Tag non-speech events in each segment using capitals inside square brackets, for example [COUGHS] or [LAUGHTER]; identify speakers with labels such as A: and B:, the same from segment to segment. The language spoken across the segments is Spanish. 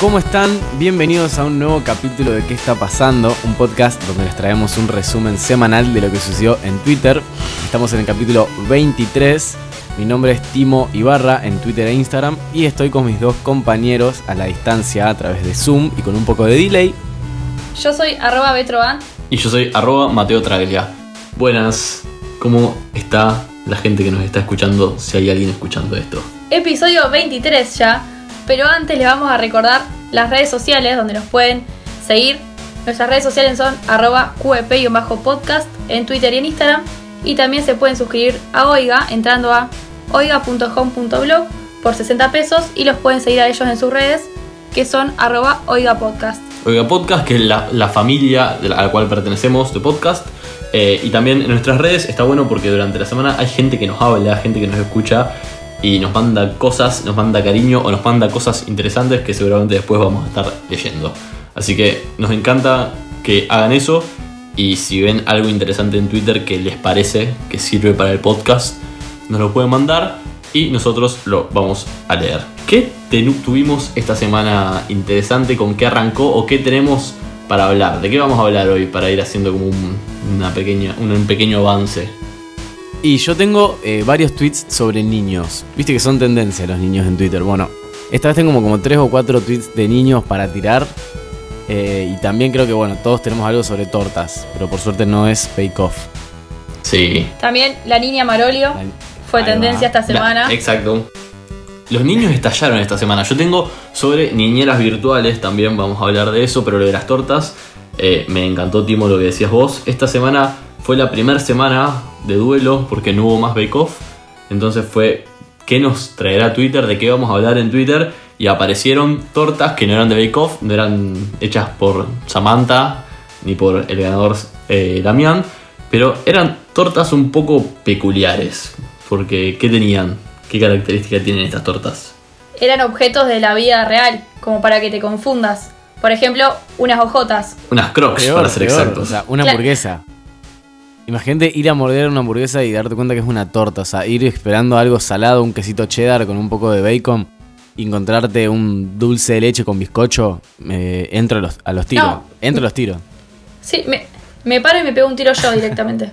A: ¿Cómo están? Bienvenidos a un nuevo capítulo de ¿Qué está pasando? Un podcast donde les traemos un resumen semanal de lo que sucedió en Twitter. Estamos en el capítulo 23. Mi nombre es Timo Ibarra en Twitter e Instagram y estoy con mis dos compañeros a la distancia a través de Zoom y con un poco de delay.
B: Yo soy arroba Betroban.
C: Y yo soy arroba Mateo Traglia. Buenas, ¿cómo está la gente que nos está escuchando? Si hay alguien escuchando esto.
B: Episodio 23 ya. Pero antes les vamos a recordar las redes sociales donde nos pueden seguir. Nuestras redes sociales son arroba E qep-podcast en Twitter y en Instagram. Y también se pueden suscribir a Oiga entrando a oiga.home.blog por 60 pesos y los pueden seguir a ellos en sus redes que son arroba oigapodcast.
C: Oiga Podcast, que es la, la familia de la- a la cual pertenecemos de podcast. Eh, y también en nuestras redes está bueno porque durante la semana hay gente que nos habla, gente que nos escucha y nos manda cosas, nos manda cariño o nos manda cosas interesantes que seguramente después vamos a estar leyendo. Así que nos encanta que hagan eso y si ven algo interesante en Twitter que les parece que sirve para el podcast, nos lo pueden mandar y nosotros lo vamos a leer. ¿Qué tenu- tuvimos esta semana interesante? ¿Con qué arrancó o qué tenemos para hablar? ¿De qué vamos a hablar hoy para ir haciendo como un, una pequeña, un, un pequeño avance?
A: Y yo tengo eh, varios tweets sobre niños. Viste que son tendencia los niños en Twitter. Bueno, esta vez tengo como, como tres o cuatro tweets de niños para tirar. Eh, y también creo que, bueno, todos tenemos algo sobre tortas. Pero por suerte no es Bake Off.
C: Sí.
B: También la niña Marolio
C: Ah.
A: Ahí-
B: fue
A: ahí va.
B: tendencia esta semana.
C: La- exacto. Los niños estallaron esta semana. Yo tengo sobre niñeras virtuales, también vamos a hablar de eso, pero lo de las tortas, eh, me encantó Timo lo que decías vos. Esta semana fue la primera semana de duelo porque no hubo más Bake Off. Entonces fue qué nos traerá Twitter, de qué vamos a hablar en Twitter. Y aparecieron tortas que no eran de Bake Off, no eran hechas por Samantha ni por el ganador eh, Damián, pero eran tortas un poco peculiares. Porque, ¿qué tenían? ¿Qué características tienen estas tortas?
B: Eran objetos de la vida real, como para que te confundas. Por ejemplo, unas hojotas.
C: Unas crocs,
A: Peor,
C: para ser
A: peor,
C: exactos.
A: O sea, una
B: Claro.
A: hamburguesa. Imagínate ir a morder una hamburguesa y darte cuenta que es una torta. O sea, ir esperando algo salado, un quesito cheddar con un poco de bacon. Y encontrarte un dulce de leche con bizcocho. eh, entro a los, a los tiros.
B: No.
A: Entro a los tiros.
B: Sí, me, me paro y me pego un tiro yo directamente.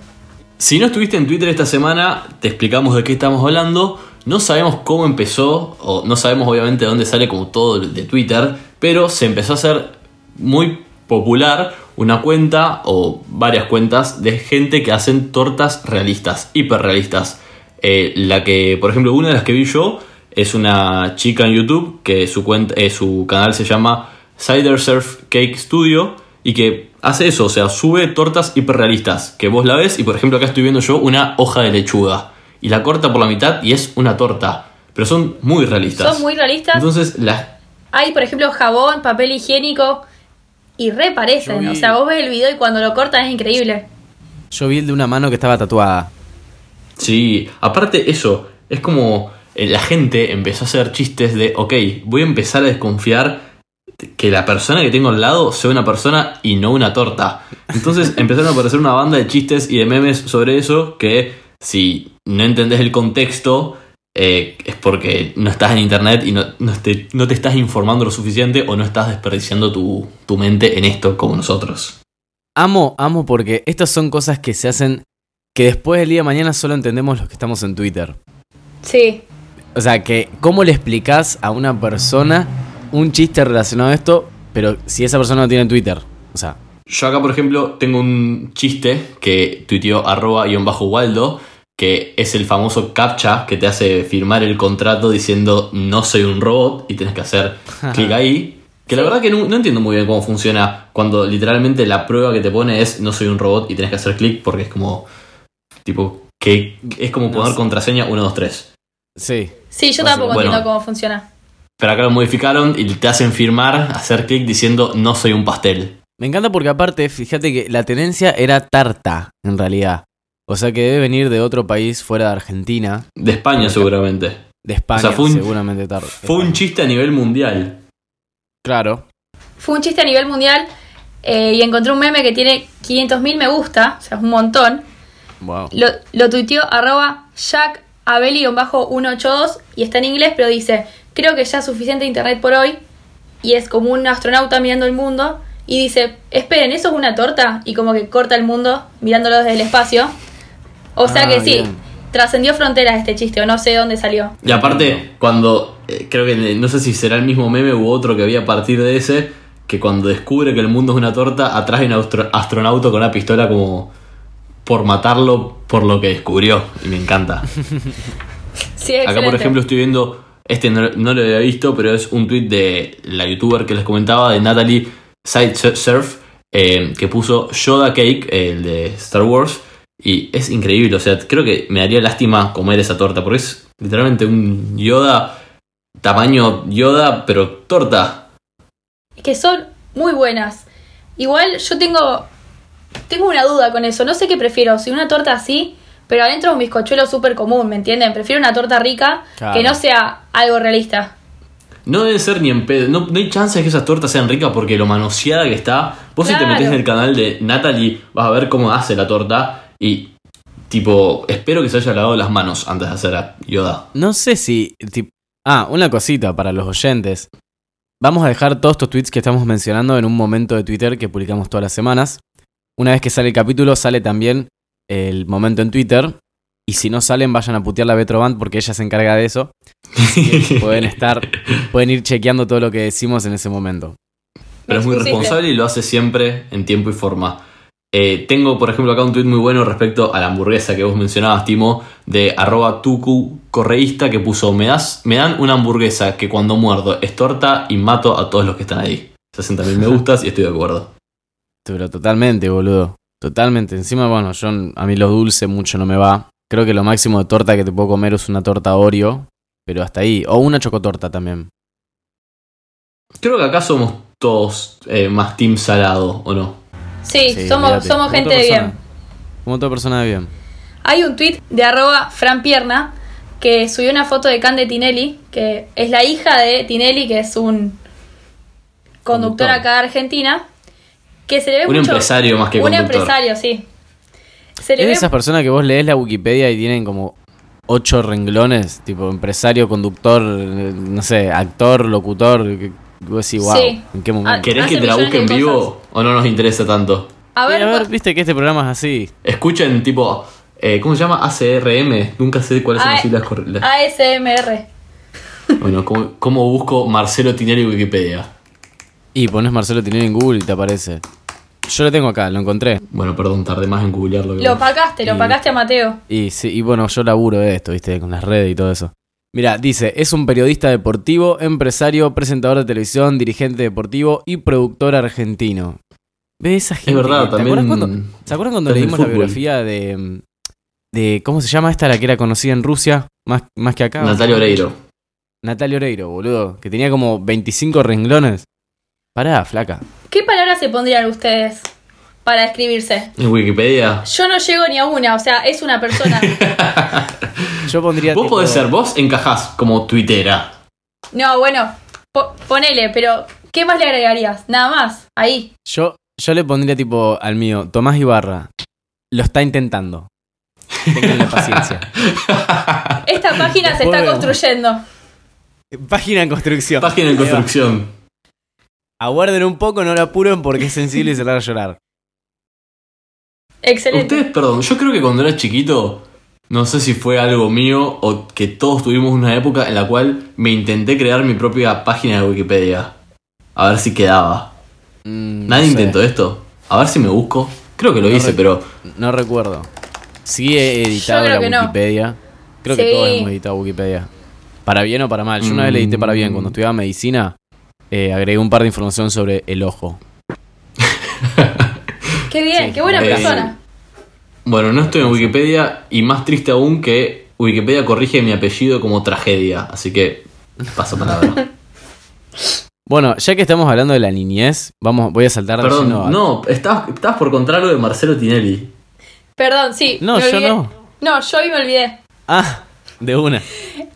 C: Si no estuviste en Twitter esta semana, te explicamos de qué estamos hablando. No sabemos cómo empezó, o no sabemos obviamente de dónde sale como todo de Twitter, pero se empezó a hacer muy popular una cuenta o varias cuentas de gente que hacen tortas realistas, hiperrealistas. Eh, la que, por ejemplo, una de las que vi yo es una chica en YouTube que su, cuenta, eh, su canal se llama Cider Surf Cake Studio y que hace eso, o sea, sube tortas hiperrealistas que vos la ves y por ejemplo acá estoy viendo yo una hoja de lechuga y la corta por la mitad y es una torta, pero son muy realistas.
B: Son muy realistas.
C: Entonces la,
B: Hay, por ejemplo, jabón, papel higiénico y reparecen.
A: Yo vi-
B: O sea, vos ves el video y cuando lo cortan es increíble.
A: Yo vi el de una mano que estaba tatuada.
C: Sí, aparte eso, es como eh, la gente empezó a hacer chistes de, ok, voy a empezar a desconfiar que la persona que tengo al lado sea una persona y no una torta. Entonces empezaron a aparecer una banda de chistes y de memes sobre eso que si no entendés el contexto eh, es porque no estás en internet y no, no te, no te estás informando lo suficiente o no estás desperdiciando tu, tu mente en esto como nosotros.
A: Amo, amo porque estas son cosas que se hacen que después del día de mañana solo entendemos los que estamos en Twitter.
B: Sí.
A: O sea, que ¿cómo le explicás a una persona un chiste relacionado a esto, pero si esa persona no tiene Twitter? O
C: [LAUGHS]
A: sea, [LAUGHS]
C: Yo acá, por ejemplo, tengo un chiste que tuiteó arroba guión bajo Waldo, que es el famoso captcha que te hace firmar el contrato diciendo no soy un robot y tienes que hacer clic ahí. Que la
B: Sí.
C: verdad que no, no entiendo muy bien cómo funciona cuando literalmente la prueba que te pone es no soy un robot y tienes que hacer clic porque es como tipo que es como
A: No
C: poner
A: sé.
C: contraseña 1, 2, 3.
A: sí.
B: Sí,
A: Básico-
B: yo tampoco
C: bueno.
B: entiendo cómo funciona.
C: Pero acá lo modificaron y te hacen firmar, hacer clic diciendo no soy un pastel.
A: Me encanta porque aparte, fíjate que la tenencia era tarta, en realidad. O sea que debe venir de otro país fuera de Argentina,
C: De España seguramente.
A: de España,
C: sea, fue un-
A: seguramente tarta.
C: Fue un chiste a nivel mundial.
A: Claro.
B: Fue un chiste a nivel mundial eh, y encontré un meme que tiene 500.000 me gusta, o sea, es un montón.
A: Wow.
B: Lo, lo tuiteó arroba jackabeli-182 y está en inglés, pero dice, creo que ya es suficiente internet por hoy. Y es como un astronauta mirando el mundo y dice, esperen, ¿eso es una torta? Y como que corta el mundo mirándolo desde el espacio. O sea
A: Ah,
B: que sí,
A: bien.
B: trascendió fronteras este chiste, o no sé dónde salió.
C: Y aparte, cuando. eh, creo que eh, no sé si será el mismo meme u otro que había a partir de ese. Que cuando descubre que el mundo es una torta, atrás hay un austro- astronauta con una pistola como. por matarlo por lo que descubrió. Y me encanta.
B: Sí,
C: Acá, por
B: excelente.
C: ejemplo, estoy viendo. Este no, no lo había visto, pero es un tweet de la youtuber que les comentaba, de Natalie Sidesurf, eh, que puso Yoda Cake, el de Star Wars. Y es increíble, o sea, creo que me daría lástima comer esa torta, porque es literalmente un Yoda, tamaño Yoda, pero torta.
B: que son muy buenas. Igual yo tengo tengo una duda con eso. No sé qué prefiero, si una torta así, pero adentro un bizcochuelo súper común, ¿me entienden? Prefiero una torta rica
A: Claro.
B: que no sea algo realista.
C: No debe ser ni en pedo, no, no hay chances de que esas tortas sean ricas porque lo manoseada que está. Vos si te
B: Claro.
C: metés en el canal de Natalie, vas a ver cómo hace la torta y tipo, espero que se haya lavado las manos antes de hacer a Yoda.
A: No sé si. tip- Ah, una cosita para los oyentes. Vamos a dejar todos estos tweets que estamos mencionando en un momento de Twitter que publicamos todas las semanas. Una vez que sale el capítulo, sale también el momento en Twitter. Y si no salen, vayan a putear la Betroband porque ella se encarga de eso.
C: [LAUGHS]
A: Pueden estar, pueden ir chequeando todo lo que decimos en ese momento.
C: Pero es muy
B: Pusiste.
C: responsable y lo hace siempre en tiempo y forma. Eh, tengo, por ejemplo, acá un tweet muy bueno respecto a la hamburguesa que vos mencionabas, Timo, de arroba tucu correísta que puso, me, das, me dan una hamburguesa que cuando muerdo es torta y mato a todos los que están ahí. 60.000 me gustas y estoy de acuerdo.
A: Pero totalmente, boludo. Totalmente. Encima, bueno, yo a mí los dulces mucho no me va. Creo que lo máximo de torta que te puedo comer es una torta Oreo. Pero hasta ahí. O una chocotorta también.
C: Creo que acá somos todos eh, más team salado, ¿o no?
B: Sí,
A: Sí,
B: somos,
A: olvídate.
B: somos
A: Como
B: gente
A: otra
B: de
A: persona.
B: bien.
A: Como otra persona de bien.
B: Hay un tweet de arroba franpierna que subió una foto de Cande Tinelli, que es la hija de Tinelli, que es un conductor
A: Conductor.
B: acá de Argentina, que se le ve
C: Un
B: mucho...
C: empresario más que
B: Un
C: conductor.
B: empresario, sí. Se le
A: Es de
B: ve
A: esas personas que vos lees la Wikipedia y tienen como ocho renglones, tipo empresario, conductor, eh, no sé, actor, locutor. que- que Vos decís, wow,
B: Sí. Ah,
A: ¿en qué momento?
C: ¿Querés
B: Hace
C: que te la
B: millones
C: busque en
B: de
C: vivo o no nos interesa tanto?
B: A
A: Sí,
B: ver,
A: a ver,
B: cu-
A: viste que este programa es así.
C: Escuchen, tipo, eh, ¿cómo se llama? ACRM. Nunca sé cuáles son las
B: A-
C: siglas correctas.
B: ASMR.
C: Bueno, ¿cómo, cómo busco Marcelo Tinelli en Wikipedia?
A: Y pones Marcelo Tinelli en Google y te aparece. Yo lo tengo acá, lo encontré.
C: Bueno, perdón, tardé más en googlearlo. que
B: Lo
C: vos.
B: opacaste, lo
A: Y-
B: opacaste a Mateo.
A: Y, sí, y bueno, yo laburo de esto, viste, con las redes y todo eso. Mira, dice, es un periodista deportivo, empresario, presentador de televisión, dirigente deportivo y productor argentino. Ve esa gente.
C: verdad,
A: ¿Te acuerdas
C: también-
A: cuando, ¿Se acuerdan cuando
C: también
A: leímos
C: del
A: la
C: fútbol.
A: biografía de, mm, de. ¿Cómo se llama esta? La que era conocida en Rusia, más, más que acá.
C: Natalia Oreiro.
A: Natalia Oreiro, boludo. Que tenía como 25 renglones. Pará, flaca.
B: ¿Qué palabras se pondrían ustedes para escribirse?
C: En
A: [LAUGHS]
C: Wikipedia.
B: Yo no llego ni a una, o sea, es una persona.
A: Yo pondría.
C: Vos
A: tipo-
C: podés ser, vos encajás como
A: [LAUGHS]
C: tuitera.
B: No, bueno, po- ponele, pero ¿qué más le agregarías? Nada más, ahí.
A: Yo, yo le pondría tipo al mío, Tomás Ibarra. Lo está intentando. Ténganle paciencia. [COUGHS]
B: Esta página se
A: Después
B: está
A: vemos.
B: construyendo.
A: [LAUGHS] Página en construcción.
C: Página en
A: Ahí va.
C: construcción.
A: Aguarden un poco, no la apuren porque es sensible y se la va a llorar.
B: Excelente.
C: Ustedes, perdón, yo creo que cuando era chiquito, no sé si fue algo mío o que todos tuvimos una época en la cual me intenté crear mi propia página de Wikipedia. A ver si quedaba.
A: Mm,
C: Nadie
A: no sé.
C: intentó eh. esto. A ver si me busco. Creo que lo
A: No
C: hice,
A: rec-
C: pero
A: No recuerdo. Sí he editado
B: Yo creo
A: la
B: que no.
A: Wikipedia. Creo
B: Sí.
A: que todos hemos editado Wikipedia. Para bien o para mal. Yo una vez le edité para bien. Cuando estudiaba medicina, eh, agregué un par de información sobre el ojo.
B: Qué bien, qué buena
C: Eh,
B: persona.
C: Bueno, no estoy en Wikipedia y más triste aún que
A: [LAUGHS]
C: Wikipedia corrige mi apellido como tragedia, así que paso palabra.
A: Bueno, ya que estamos hablando de la niñez, vamos, voy a saltar de
C: Perdón,
A: lleno a-
C: no, estabas, estabas por contar algo de
A: [LAUGHS]
C: Marcelo Tinelli.
B: Perdón, sí.
A: No,
B: me
A: yo
B: olvidé.
A: no.
B: No, yo hoy me olvidé.
A: Ah, de una.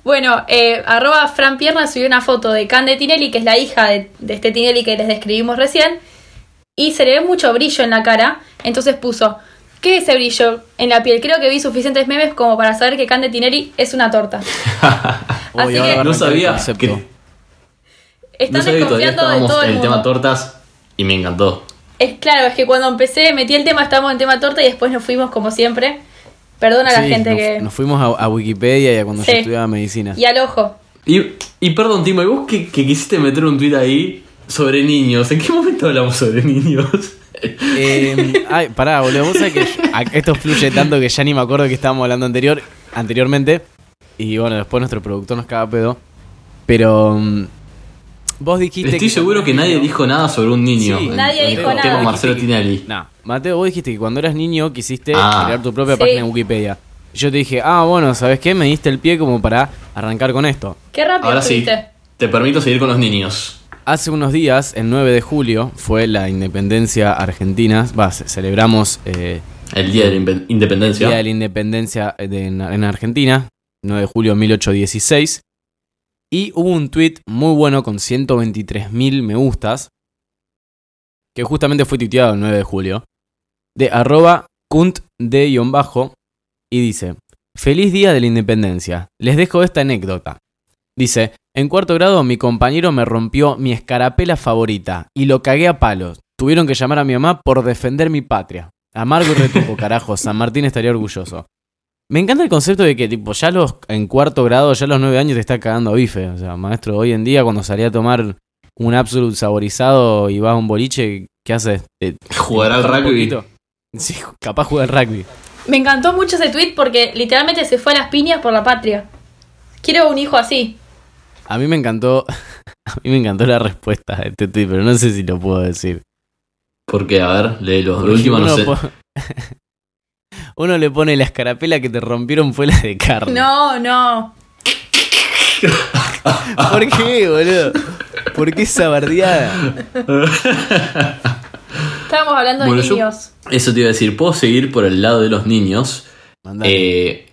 B: Bueno, eh, arroba Fran Pierna subió una foto de Cande Tinelli, que es la hija de, de este Tinelli que les describimos recién, y se le ve mucho brillo en la cara, entonces puso, ¿qué es ese brillo en la piel? Creo que vi suficientes memes como para saber que Cande Tinelli es una torta.
A: Uy,
B: Así
A: ahora
B: que-
A: va a
C: No
A: arrancar el
C: sabía
A: concepto.
C: que, no
B: Están
C: sabía que
B: desconfiando de
C: todavía estábamos
B: todo
C: en
B: el
C: el
B: mundo.
C: tema tortas y me encantó.
B: Es claro, es que cuando empecé metí el tema, estábamos en tema torta y después nos fuimos como siempre. Perdona a la
A: Sí,
B: gente
A: nos,
B: que...
A: nos fuimos a, a Wikipedia y a cuando
B: Sí.
A: yo estudiaba medicina.
B: Y al ojo.
C: Y, y perdón, Timo, ¿y vos que, que quisiste meter un tweet ahí sobre niños? ¿En qué momento hablamos sobre niños?
A: Eh, ay, pará, boludo. Vos sabés que yo- a- esto fluye tanto que ya ni me acuerdo que estábamos hablando anterior, anteriormente. Y bueno, después nuestro productor nos caga pedo. Pero. mm, vos dijiste.
C: Estoy seguro que nadie dijo nada sobre un niño.
A: Sí,
C: en-
B: nadie
C: en
B: dijo
C: el
B: nada.
C: tema Marcelo Tinelli.
A: No, Mateo, vos dijiste que cuando eras niño quisiste
C: Ah.
A: crear tu propia
B: Sí.
A: página en Wikipedia. Yo te dije, ah, bueno, ¿sabes qué? Me diste el pie como para arrancar con esto.
B: Qué rápido
C: Ahora sí,
B: estuviste.
C: te permito seguir con los niños.
A: Hace unos días, el 9 de julio, fue la independencia argentina. Va, ce- celebramos eh,
C: El día de la Inpe-
A: el
C: independencia.
A: Día de la Independencia de- en, en Argentina, 9 de julio de 1816. Y hubo un tweet muy bueno con 123.000 me gustas, que justamente fue tuiteado el 9 de julio, de arroba kunt de guión bajo, y dice, Feliz Día de la Independencia. Les dejo esta anécdota. Dice, en cuarto grado mi compañero me rompió mi escarapela favorita y lo cagué a palos. Tuvieron que llamar a mi mamá por defender mi patria. Amargo y retuco, carajo, San Martín estaría orgulloso. Me encanta el concepto de que, tipo, ya los en cuarto grado, ya a los nueve años te está cagando a bife. O sea, maestro, hoy en día cuando salí a tomar un absolute saborizado y vas a un boliche, ¿qué haces? ¿Te- te
C: Jugar al
A: enojas un
C: rugby.
A: poquito? Sí, capaz jugar al rugby.
B: Me encantó mucho ese tweet porque literalmente se fue a las piñas por la patria. Quiero un hijo así.
A: A mí me encantó. [LAUGHS] A mí me encantó la respuesta de este tweet, pero no sé si lo puedo decir.
C: Porque, a ver, léelo.
A: Porque
C: Lo último no
A: uno
C: sé.
A: po- [LAUGHS] Uno le pone la escarapela que te rompieron fue la de carne.
B: No, no.
A: ¿Por qué, boludo? ¿Por qué esa bardeada?
B: Estábamos hablando
C: Bueno,
B: de
C: yo-
B: niños.
C: Eso te iba a decir. Puedo seguir por el lado de los niños.
A: Mandale.
C: Eh,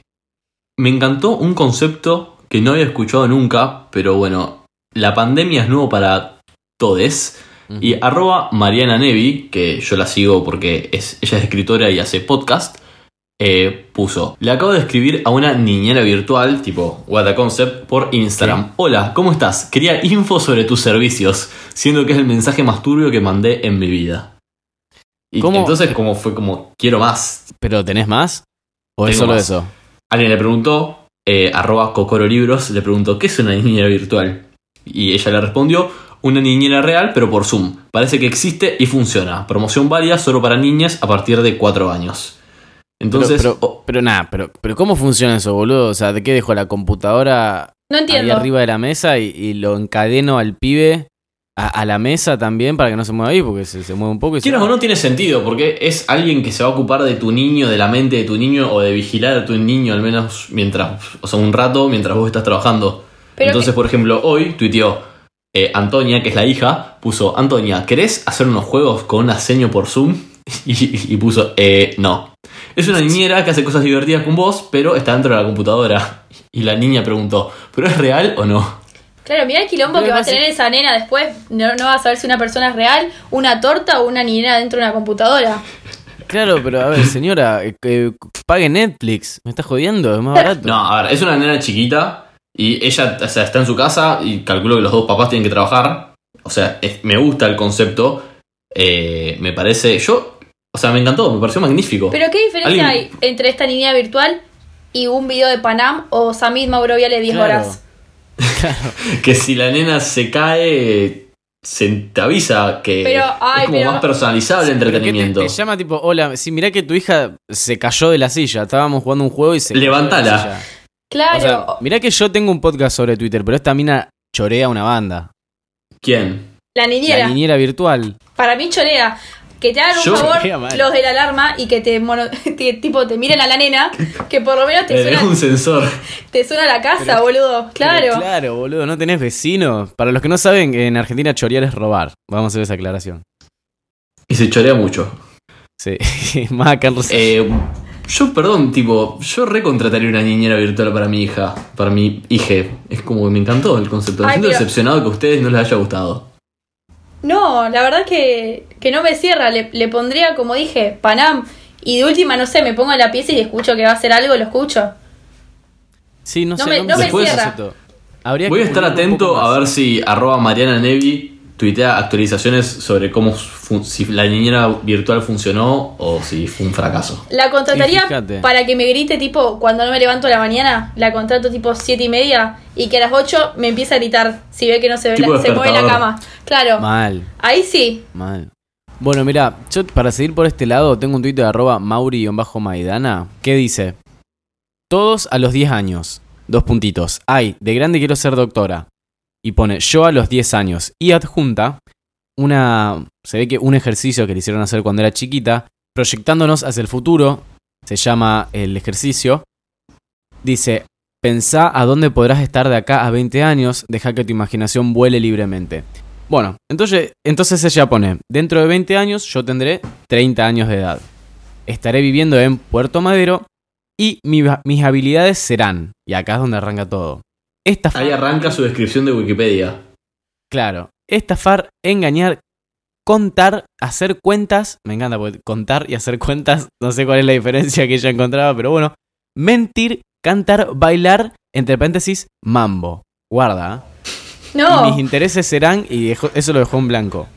C: me encantó un concepto que no había escuchado nunca, pero bueno, la pandemia es nuevo para todes.
A: Ujú.
C: Y arroba Mariana Nevi, que yo la sigo porque es, ella es escritora y hace podcast, eh, puso, le acabo de escribir a una niñera virtual, tipo What a Concept, por Instagram. Hola, ¿cómo estás? Quería info sobre tus servicios, siendo que es el mensaje más turbio que mandé en mi vida. Y
A: ¿Cómo?
C: entonces como fue como, quiero más,
A: ¿Pero tenés más? ¿O es
C: Tengo
A: solo
C: más.
A: eso?
C: Alguien le preguntó, eh, arroba Cocoro Libros, le preguntó, ¿qué es una niñera virtual? Y ella le respondió, una niñera real, pero por Zoom. Parece que existe y funciona. Promoción válida solo para niñas a partir de 4 años. Entonces,
A: pero, pero,
C: oh,
A: pero nada, pero, pero ¿cómo funciona eso, boludo? O sea, ¿de qué dejo la computadora
B: No
A: ahí
B: entiendo.
A: arriba de la mesa y, y lo encadeno al pibe a, a la mesa también para que no se mueva ahí? Porque se, se mueve un poco y se
C: quieras o no tiene sentido, porque es alguien que se va a ocupar de tu niño, de la mente de tu niño, o de vigilar a tu niño al menos mientras, o sea, un rato mientras vos estás trabajando.
B: Pero
C: Entonces,
B: que-
C: por ejemplo, hoy tuiteó eh, Antonia, que es la hija, puso, Antonia, ¿querés hacer unos juegos con un aseño por Zoom? [LAUGHS] Y, y puso, eh, no. Es una niñera que hace cosas divertidas con vos, pero está dentro de la computadora. Y la niña preguntó, ¿pero es real o no?
B: Claro, mirá el quilombo
A: Pero
B: que va a
A: además-
B: tener esa nena después. No, no va a saber si una persona es real, una torta o una niñera dentro de una computadora.
A: Claro, pero a
C: [LAUGHS]
A: ver, señora, eh, eh, pague Netflix. Me está jodiendo, es más barato.
C: No, a ver, es una nena chiquita y ella o sea, está en su casa y calculo que los dos papás tienen que trabajar. O sea, es- me gusta el concepto. eh, me parece, yo, o sea, me encantó, me pareció magnífico.
B: Pero ¿qué diferencia
C: Alguien-
B: hay entre esta niñera virtual y un video de Panam o Samid Mauro Viale 10
A: Claro.
B: horas?
C: Que si la nena se cae, se te avisa que
B: Pero, ay,
C: es como
B: pero-
C: más personalizable
A: Pero
C: el
A: que te-
C: entretenimiento.
A: Te, llama tipo, hola, si mirá que tu hija se cayó de la silla, estábamos jugando un juego y se... cayó de la
C: Levantala.
A: silla.
B: Claro.
A: O sea, mirá que yo tengo un podcast sobre Twitter, pero esta mina chorea una banda.
C: ¿Quién?
B: la
A: La
B: niñera.
A: niñera virtual.
B: Para mí chorea. Que te hagan un
C: Yo-
A: Qué mal.
B: favor los de la alarma y que te, mono- [LAUGHS] te- tipo te miren a la nena, que por lo
C: [LAUGHS]
B: menos te
C: Le
B: suena,
C: dejo Eh, un sensor.
B: te suena la casa,
A: Pero-
B: boludo. Claro.
A: Pero claro, boludo, no tenés vecino. Para los que no saben, en Argentina chorear es robar. Vamos a hacer esa aclaración.
C: Y se chorea mucho.
A: Sí, [LAUGHS] más acá en Rosario.
C: Eh, yo, perdón, tipo, yo recontrataría una niñera virtual para mi hija, para mi hije. Es como que me encantó el concepto. Me
B: Ay,
C: siento
B: pero-
C: decepcionado que a ustedes no les haya gustado.
B: No, la verdad que, que no me cierra. Le, le pondría, como dije, Panam. Y de última, no sé, me pongo en la pieza y escucho que va a hacer algo, lo escucho.
A: Sí, no,
B: no
A: sé.
B: me- no me
A: después-
C: cierra.
A: acepto. Habría
C: Voy a
A: que
C: estar
A: pulir un poco
C: atento
A: más.
C: a ver si arroba Mariana Nevi tuitea actualizaciones sobre cómo fun- si la niñera virtual funcionó o si fue un fracaso.
B: La
A: Y
B: contrataría
A: fíjate.
B: para que me grite, tipo, cuando no me levanto a la mañana, la contrato tipo siete y media y que a las 8 me empieza a gritar si ve que no se, ve
C: Tipo
B: la- se mueve la
C: despertador.
B: cama. Claro.
A: Mal.
B: Ahí sí.
A: Mal. Bueno, mira, yo para seguir por este lado tengo un tuit de arroba mauri-maidana que dice, todos a los 10 años, dos puntitos, ay, de grande quiero ser doctora. Y pone, yo a los 10 años. Y adjunta una, se ve que un ejercicio que le hicieron hacer cuando era chiquita, proyectándonos hacia el futuro, se llama el ejercicio, dice, pensá a dónde podrás estar de acá a 20 años, deja que tu imaginación vuele libremente. Bueno, entonces, entonces ella pone, dentro de 20 años yo tendré 30 años de edad. Estaré viviendo en Puerto Madero y mi- mis habilidades serán, y acá es donde arranca todo, estafar,
C: Ahí arranca su descripción de Wikipedia.
A: claro, estafar, engañar, contar, hacer cuentas, me encanta porque contar y hacer [LAUGHS] cuentas, no sé cuál es la diferencia que ella encontraba, pero bueno, mentir, cantar, bailar, entre paréntesis, mambo. Guarda, ¿eh? Y mis
B: No,
A: intereses serán, y dejó- eso lo dejó en blanco.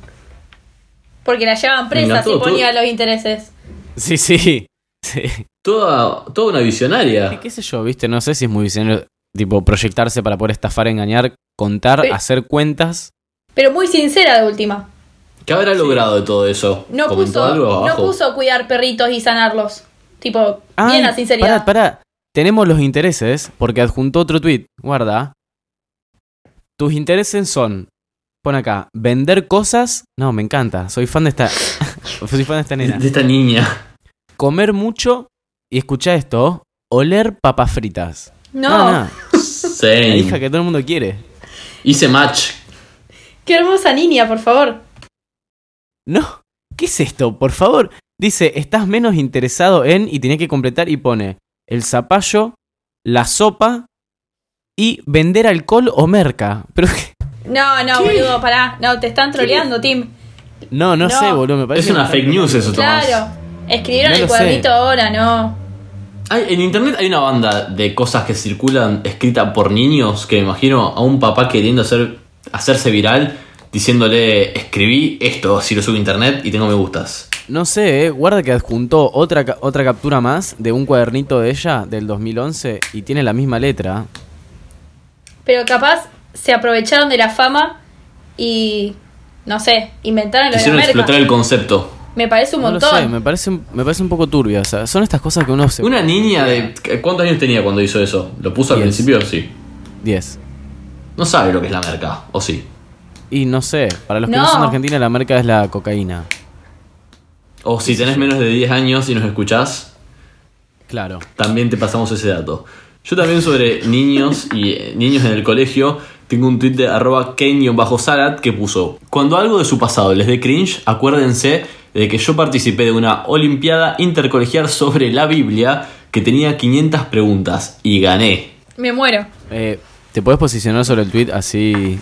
B: porque la llevaban presa
C: Venga,
B: si
C: todo, todo.
B: ponía los intereses.
A: Sí, sí. [LAUGHS] sí.
C: Toda, toda una
A: Y
C: visionaria.
A: qué sé yo, viste, no sé si es muy visionario, tipo, proyectarse para poder estafar, engañar, contar,
B: Sí.
A: hacer cuentas.
B: Pero muy sincera de última.
C: ¿Qué habrá logrado de todo eso?
B: No
C: ¿Comentó
B: puso,
C: algo
B: no
C: abajo?
B: puso cuidar perritos y sanarlos. Tipo, bien la
A: Pará,
B: sinceridad.
A: pará. Tenemos los intereses, porque adjuntó otro tweet. Guarda. Tus intereses son. Pon acá, vender cosas. No, me encanta. Soy fan de esta. [LAUGHS] soy fan de esta
C: de,
A: nena.
C: de
B: [LAUGHS]
C: esta niña.
A: Comer mucho y escucha esto. Oler papas fritas.
B: No,
A: Nada, la
C: Sí.
A: hija que todo el mundo quiere.
C: Hice match.
B: qué hermosa niña, por favor.
A: No, ¿qué es esto? Por favor. Dice, estás menos interesado en y tenía que completar y pone el zapallo, la sopa y vender alcohol o merca. [LAUGHS] Pero
B: No, no, boludo, pará. No, te están troleando, Tim.
A: no, no,
B: No.
A: sé, boludo, me parece.
C: Es una fake news eso, Tomás.
B: Claro. Escribieron
A: No
B: el
A: lo sé.
B: cuadrito ahora, no.
C: Hay- en internet hay una banda de cosas que circulan escrita por niños que me imagino a un papá queriendo hacer, hacerse viral diciéndole escribí esto si lo subo a internet y tengo me gustas.
A: No sé, eh, guarda que adjuntó otra, ca- otra captura más de un cuadernito de ella del 2011 y tiene la misma letra.
B: Pero capaz se aprovecharon de la fama y. No sé, inventaron lo de la
C: Quisieron
B: merca.
C: explotar el concepto.
B: Me parece un
A: no lo sé,
B: montón.
A: me parece, un- me parece un poco turbia. O sea, son estas cosas que uno se.
C: Una niña de... ¿Cuántos años tenía cuando hizo eso? ¿Lo puso al
A: Diez.
C: principio? Sí.
A: 10.
C: No sabe lo que es la merca, ¿o sí?
A: Y no sé, para los que no,
B: No.
A: son de Argentina, la marca es la cocaína.
C: O si tenés menos de 10 años y nos escuchás,
A: Claro.
C: También te pasamos ese dato. Yo también sobre niños y eh, niños en el colegio, tengo un tweet de arroba ken-sarat que puso, cuando algo de su pasado les dé cringe, acuérdense de que yo participé de una olimpiada intercolegial sobre la Biblia que tenía 500 preguntas y gané.
B: Me muero.
A: Eh, ¿Te puedes posicionar sobre el tweet así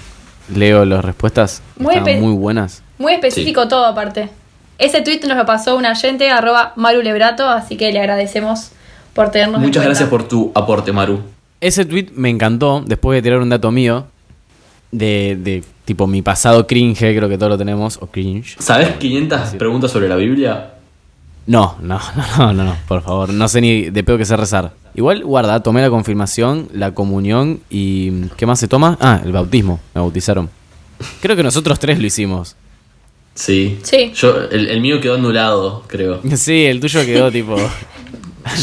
A: leo las respuestas?
B: Muy
A: Están
B: pe-
A: muy buenas.
B: Muy específico todo, aparte. Ese tweet nos lo pasó un agente, arroba Maru Lebrato, así que le agradecemos por tenernos en
C: Muchas
B: cuenta.
C: gracias por tu aporte, Maru.
A: Ese tweet me encantó, después de tirar un dato mío de, de tipo mi pasado cringe, creo que todos lo tenemos, o cringe.
C: ¿Sabés 500 preguntas sobre la Biblia?
A: No, no, [LAUGHS] no, no, no, no, por favor, no sé ni de pedo que sé rezar. Igual, guarda, tomé la confirmación, la comunión y... ¿Qué más se toma? Ah, el bautismo, me bautizaron. Creo que nosotros tres lo hicimos. [LAUGHS]
C: Sí.
B: Sí.
C: Yo, el, el mío quedó anulado, creo.
A: Sí, el tuyo quedó [LAUGHS] tipo...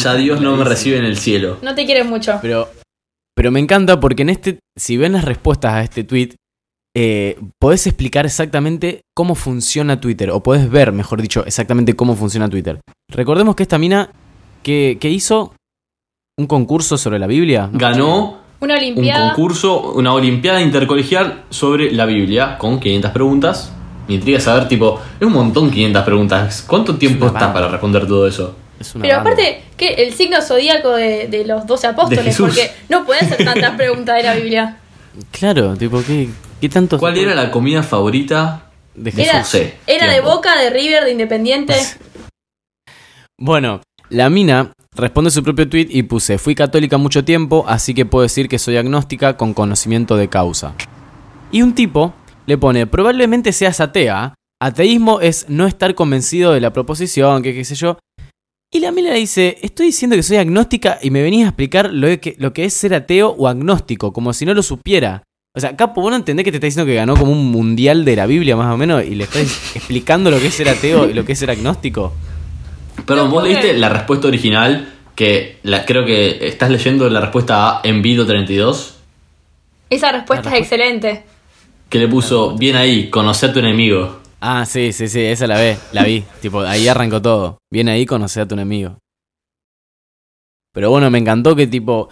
C: Ya Dios no me recibe en el cielo.
B: No te quieren mucho.
A: Pero, pero me encanta porque en este, si ven las respuestas a este tweet, eh, podés explicar exactamente cómo funciona Twitter, o podés ver, mejor dicho, exactamente cómo funciona Twitter. Recordemos que esta mina que, que hizo un concurso sobre la Biblia. ¿no?
C: Ganó
B: Una
C: un
B: olimpiada.
C: concurso, una olimpiada intercolegial sobre la Biblia con 500 preguntas. Me intriga saber, tipo, es un montón 500 preguntas. ¿Cuánto tiempo
A: una
C: estás
A: banda.
C: para responder todo eso?
A: Es una
B: Pero
A: banda.
B: aparte, que el signo zodíaco de, de los 12 apóstoles,
C: De Jesús.
B: porque no pueden hacer tantas preguntas de la
C: [LAUGHS]
B: Biblia.
A: Claro, tipo, ¿qué, qué tanto?
C: ¿Cuál era la comida favorita?
A: de Jesús?
B: Era,
C: sé,
B: era de
C: tiempo.
B: Boca, de River, de Independiente.
A: Bueno, la mina responde su propio tweet y puse, fui católica mucho tiempo, así que puedo decir que soy agnóstica con conocimiento de causa. Y un tipo le pone, probablemente seas atea, ateísmo es no estar convencido de la proposición, que qué sé yo. Y la mina le dice, estoy diciendo que soy agnóstica y me venís a explicar lo que, lo que es ser ateo o agnóstico, como si no lo supiera. O sea, Capo, vos no entendés que te está diciendo que ganó como un mundial de la Biblia más o menos y le estás [LAUGHS] explicando lo que es ser ateo y lo que es ser agnóstico.
C: Perdón,
B: No,
C: vos
B: ¿por
C: leíste
B: qué?
C: la respuesta original, que la, creo que estás leyendo la respuesta a Envido 32,
B: Esa respuesta es excelente.
C: que le puso, bien ahí, conocer a tu enemigo.
A: Ah, sí, sí, sí, esa la ve, la vi. tipo, ahí arrancó todo. Viene ahí, conoce a tu enemigo. Pero bueno, me encantó que tipo.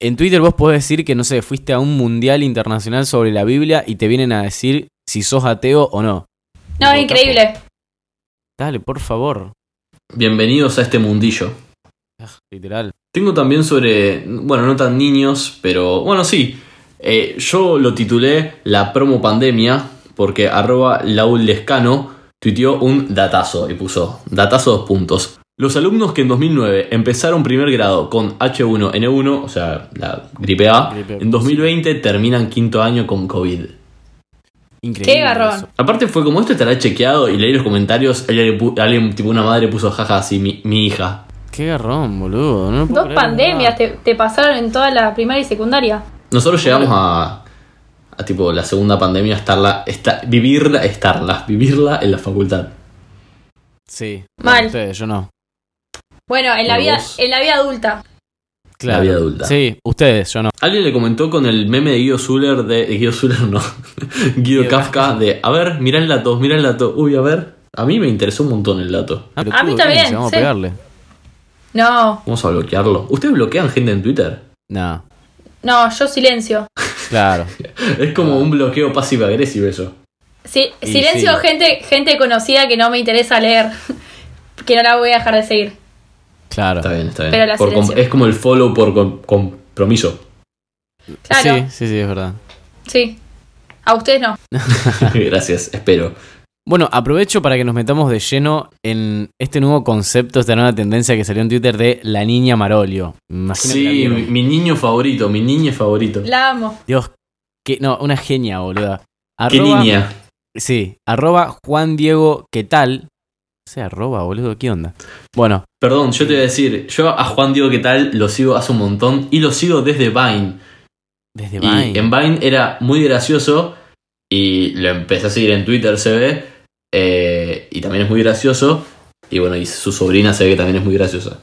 A: En Twitter vos podés decir que, no sé, fuiste a un mundial internacional sobre la Biblia y te vienen a decir si sos ateo o no. Tipo,
B: No, es increíble.
A: Dale, por favor.
C: Bienvenidos a este mundillo.
A: Ah, literal.
C: Tengo también sobre, bueno, no tan niños, pero bueno, sí. Eh, yo lo titulé La promo pandemia porque arroba lauldescano tuiteó un datazo y puso datazo dos puntos. Los alumnos que en 2009 empezaron primer grado con H1N1, o sea, la gripe A,
A: Gripe A,
C: en 2020 terminan quinto año con COVID.
A: Increíble.
B: Qué garrón.
A: eso.
C: Aparte fue como esto estará chequeado y leí los comentarios, alguien, pu- alguien, tipo una madre puso jaja así, mi, mi hija.
A: Qué garrón, boludo. No lo puedo
B: Dos
A: creer,
B: pandemias
A: no.
B: te, te pasaron en toda la primaria y secundaria.
C: Nosotros llegamos a, a tipo la segunda pandemia, estarla, esta, vivirla, estarla, vivirla en la facultad.
A: Sí.
B: Mal.
A: Ustedes, yo no.
B: Bueno, en la
C: Pero
B: vida,
C: vos-
B: en la vida adulta.
A: Claro.
C: vida adulta.
A: Sí, ustedes, yo no.
C: Alguien le comentó con el meme de Guido Zuller de. de Guido Zuller no. [LAUGHS] Guido
A: Guido
C: Kafka de. A ver, mirá el dato, mirá el dato. Uy, a ver. A mí me interesó un montón el dato.
A: Ah, pero
B: A mí
A: tú,
B: también,
A: Vamos
B: sí.
A: a pegarle.
B: No,
C: Vamos a bloquearlo. ¿Ustedes bloquean gente en Twitter? [LAUGHS]
A: No,
B: no, yo silencio.
A: claro.
C: Es como un bloqueo pasivo-agresivo eso.
B: Si-
A: Y
B: silencio
A: sí.
B: gente, gente conocida que no me interesa leer. [LAUGHS] que no la voy a dejar de seguir.
A: Claro.
C: Está bien, está bien.
B: Pero la
C: Por com-
B: silencio.
C: es como el follow por com- compromiso.
B: Claro.
A: Sí, sí, sí, es verdad.
B: Sí. A ustedes no.
C: Gracias, espero.
A: Bueno, aprovecho para que nos metamos de lleno en este nuevo concepto, esta nueva tendencia que salió en Twitter de la niña Marolio. Me Imagino que la
C: Sí,
A: vieron.
C: mi, mi niño favorito, mi niño favorito.
B: La amo.
A: Dios, que no, una genia, boluda.
C: ¿Qué
A: Arroba-
C: niña?
A: Sí, arroba Juan Diego, ¿qué tal? O sea, arroba, boludo, ¿qué onda? Bueno,
C: Perdón, yo te voy a decir, yo a Juan Diego qué tal lo sigo hace un montón y lo sigo desde Vine.
A: desde
C: Y
A: Vine.
C: en Vine era muy gracioso y lo empecé a seguir en Twitter, se ve, eh, y también es muy gracioso. Y bueno, y su sobrina se ve que también es muy graciosa.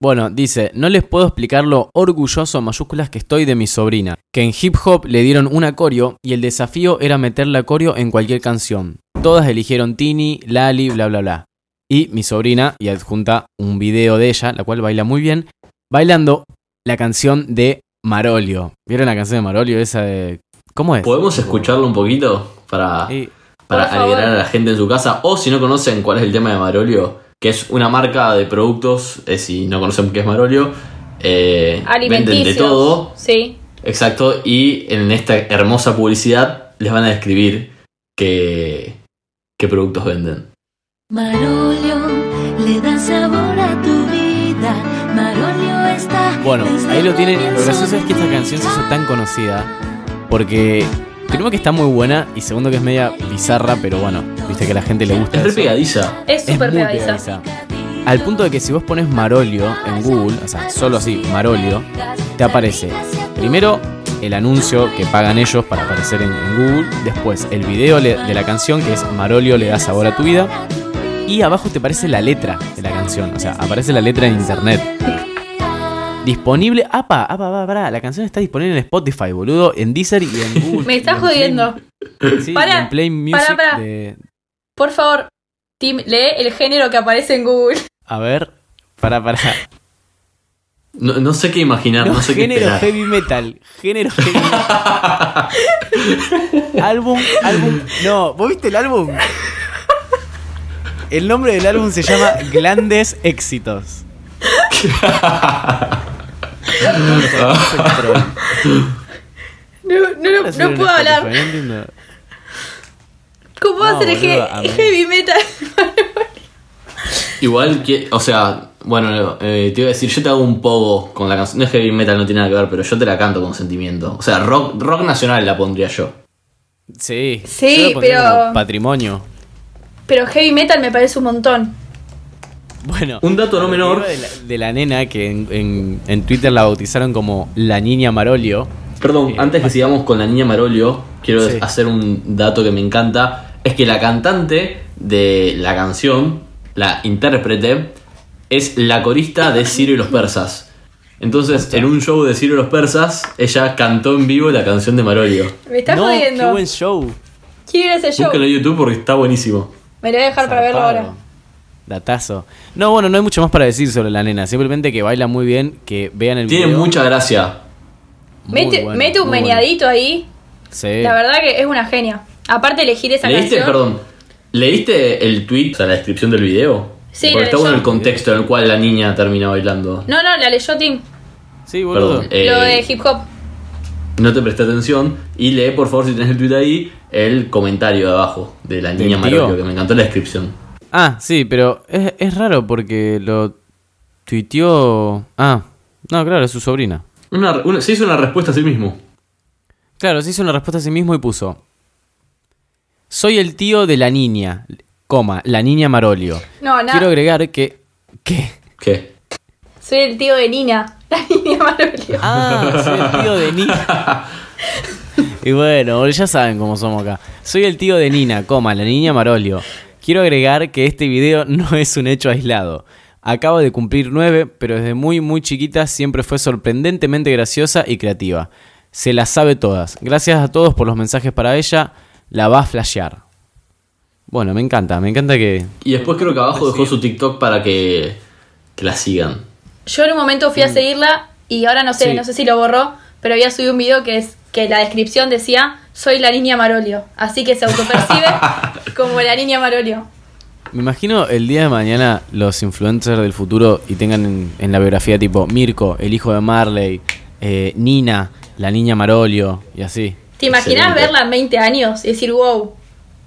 A: Bueno, dice, no les puedo explicar lo orgulloso en mayúsculas que estoy de mi sobrina, que en hip hop le dieron un acorio y el desafío era meter la acorio en cualquier canción. Todas eligieron Tini, Lali, bla bla bla. Y mi sobrina, y adjunta un video de ella, la cual baila muy bien, bailando la canción de Marolio. ¿Vieron la canción de Marolio esa de... ¿Cómo es?
C: ¿Podemos escucharlo un poquito para,
A: Sí.
C: para
B: Por favor.
C: alegrar a la gente en su casa? O si no conocen cuál es el tema de Marolio, que es una marca de productos, eh, si no conocen qué es Marolio, eh, venden
B: Alimenticios.
C: de todo,
B: Sí.
C: Exacto, y en esta hermosa publicidad les van a describir qué, qué productos venden.
D: Marolio le da sabor a tu vida. Marolio está.
A: Bueno,
D: desde
A: ahí lo
D: el
A: tienen. Lo
D: comienzo
A: gracioso es que esta
D: de
A: canción se hizo tan conocida porque primero que está muy buena y segundo que es media bizarra, pero bueno, viste que a la gente le gusta.
C: Es re
A: eso.
C: pegadiza.
B: Es
A: Es
B: súper
A: muy
B: pegadiza.
A: pegadiza. Al punto de que si vos pones Marolio en Google, o sea, solo así, Marolio, te aparece primero el anuncio que pagan ellos para aparecer en, en Google, después el video le- de la canción que es Marolio le da sabor a tu vida y abajo te aparece la letra de la canción, o sea, aparece la letra en internet. Disponible. ¡Apa! ¡Apa! ¡Para! La canción está disponible en Spotify, boludo. En Deezer y en Google.
B: Me
A: y
B: está
A: en
B: jodiendo.
A: Play- sí, y
B: Pará,
A: en Play Music
B: pará, pará.
A: de-
B: Por favor, Tim, lee el género que aparece en Google. [LAUGHS]
A: A ver. Para, para.
C: No, no sé qué imaginar, no,
A: No,
C: sé qué
A: género
C: esperar.
A: heavy metal. Género heavy metal. álbum, álbum. No, ¿vos viste el álbum? El nombre del álbum se llama Grandes Éxitos.
B: No, no, no, no puedo hablar.
A: No entiendo.
B: ¿Cómo va a
A: No,
B: ser el
A: boludo,
B: he-
A: amé.
B: heavy metal? [LAUGHS]
C: Igual que, o sea, bueno, eh, te iba a decir, yo te hago un pogo con la canción. No es heavy metal, no tiene nada que ver, pero yo te la canto con sentimiento. O sea, rock, rock nacional la pondría yo.
A: Sí.
B: Sí,
A: yo lo pondría
B: pero-
A: como Patrimonio.
B: Pero heavy metal me parece un montón.
A: Bueno.
C: Un dato no
A: lo que
C: menor.
A: iba De la, de la nena que en, en- en Twitter la bautizaron como la niña Marolio.
C: Perdón,
A: Eh,
C: antes que sigamos con la niña Marolio, quiero
A: Sí.
C: hacer un dato que me encanta. Es que la cantante de la canción, la intérprete, es la corista de Ciro y los Persas. Entonces, en un show de Ciro y los Persas, ella cantó en vivo la canción de Marolio.
B: Me está
A: no, qué
B: jodiendo.
A: buen show.
B: Quiero ir a ese show.
C: Búsquenlo en YouTube porque está buenísimo.
B: Me lo voy a dejar para verlo
A: Zarpado.
B: ahora.
A: Datazo. No, bueno, no hay mucho más para decir sobre la nena. Simplemente que baila muy bien, que vean el
C: Tiene
A: video.
C: mucha gracia.
A: Muy
B: Mete,
A: bueno,
B: mete un
A: muy bueno. Eh.
B: meneadito ahí.
A: Sí.
B: La verdad que es una genia. Aparte elegir esa
C: ¿Leíste,
B: canción.
C: perdón, leíste el tweet, o sea, la descripción del video?
B: Sí,
C: Porque
B: lo
C: está
B: leyó.
C: bueno el contexto en el cual la niña termina bailando.
B: No, no, la leyó Tim.
A: Sí, boludo.
C: Perdón, eh,
B: Lo de hip hop.
C: No te presté atención y lee, por favor, si tenés el tweet ahí, el comentario de abajo de la niña
A: Del tío.
C: Marolio, que me encantó la descripción.
A: Ah, sí, pero es, es raro porque lo tuiteó. Ah, no, claro, es su sobrina.
C: Una- una- se hizo una respuesta a sí mismo.
A: Claro, se hizo una respuesta a sí mismo y puso: Soy el tío de la niña, coma, la niña Marolio.
B: No, nada.
A: Quiero agregar que. ¿Qué?
C: ¿Qué?
B: Soy el tío de Nina. [LAUGHS] La niña Marolio.
A: [LAUGHS] Ah, soy el tío de Nina. Y bueno, ya saben cómo somos acá. Soy el tío de Nina, coma, la niña Marolio. Quiero agregar que este video no es un hecho aislado. Acabo de cumplir nueve, pero desde muy muy chiquita siempre fue sorprendentemente graciosa y creativa. Se las sabe todas. Gracias a todos por los mensajes para ella. La va a flashear. Bueno, me encanta, me encanta que...
C: Y después creo que abajo dejó su TikTok para que, que la sigan.
B: Yo en un momento fui a seguirla y ahora no sé,
A: Mm. Sí.
B: no sé si lo borró, pero había subido un video que es que la descripción decía soy la niña Marolio. Así que
A: [LAUGHS]
B: se autopercibe como la niña Marolio.
A: Me imagino el día de mañana los influencers del futuro y tengan en, en la biografía tipo Mirko, el hijo de Marley, eh, Nina, la niña Marolio y así.
B: ¿Te imaginas
C: Excelente.
B: verla en 20 años y decir, wow,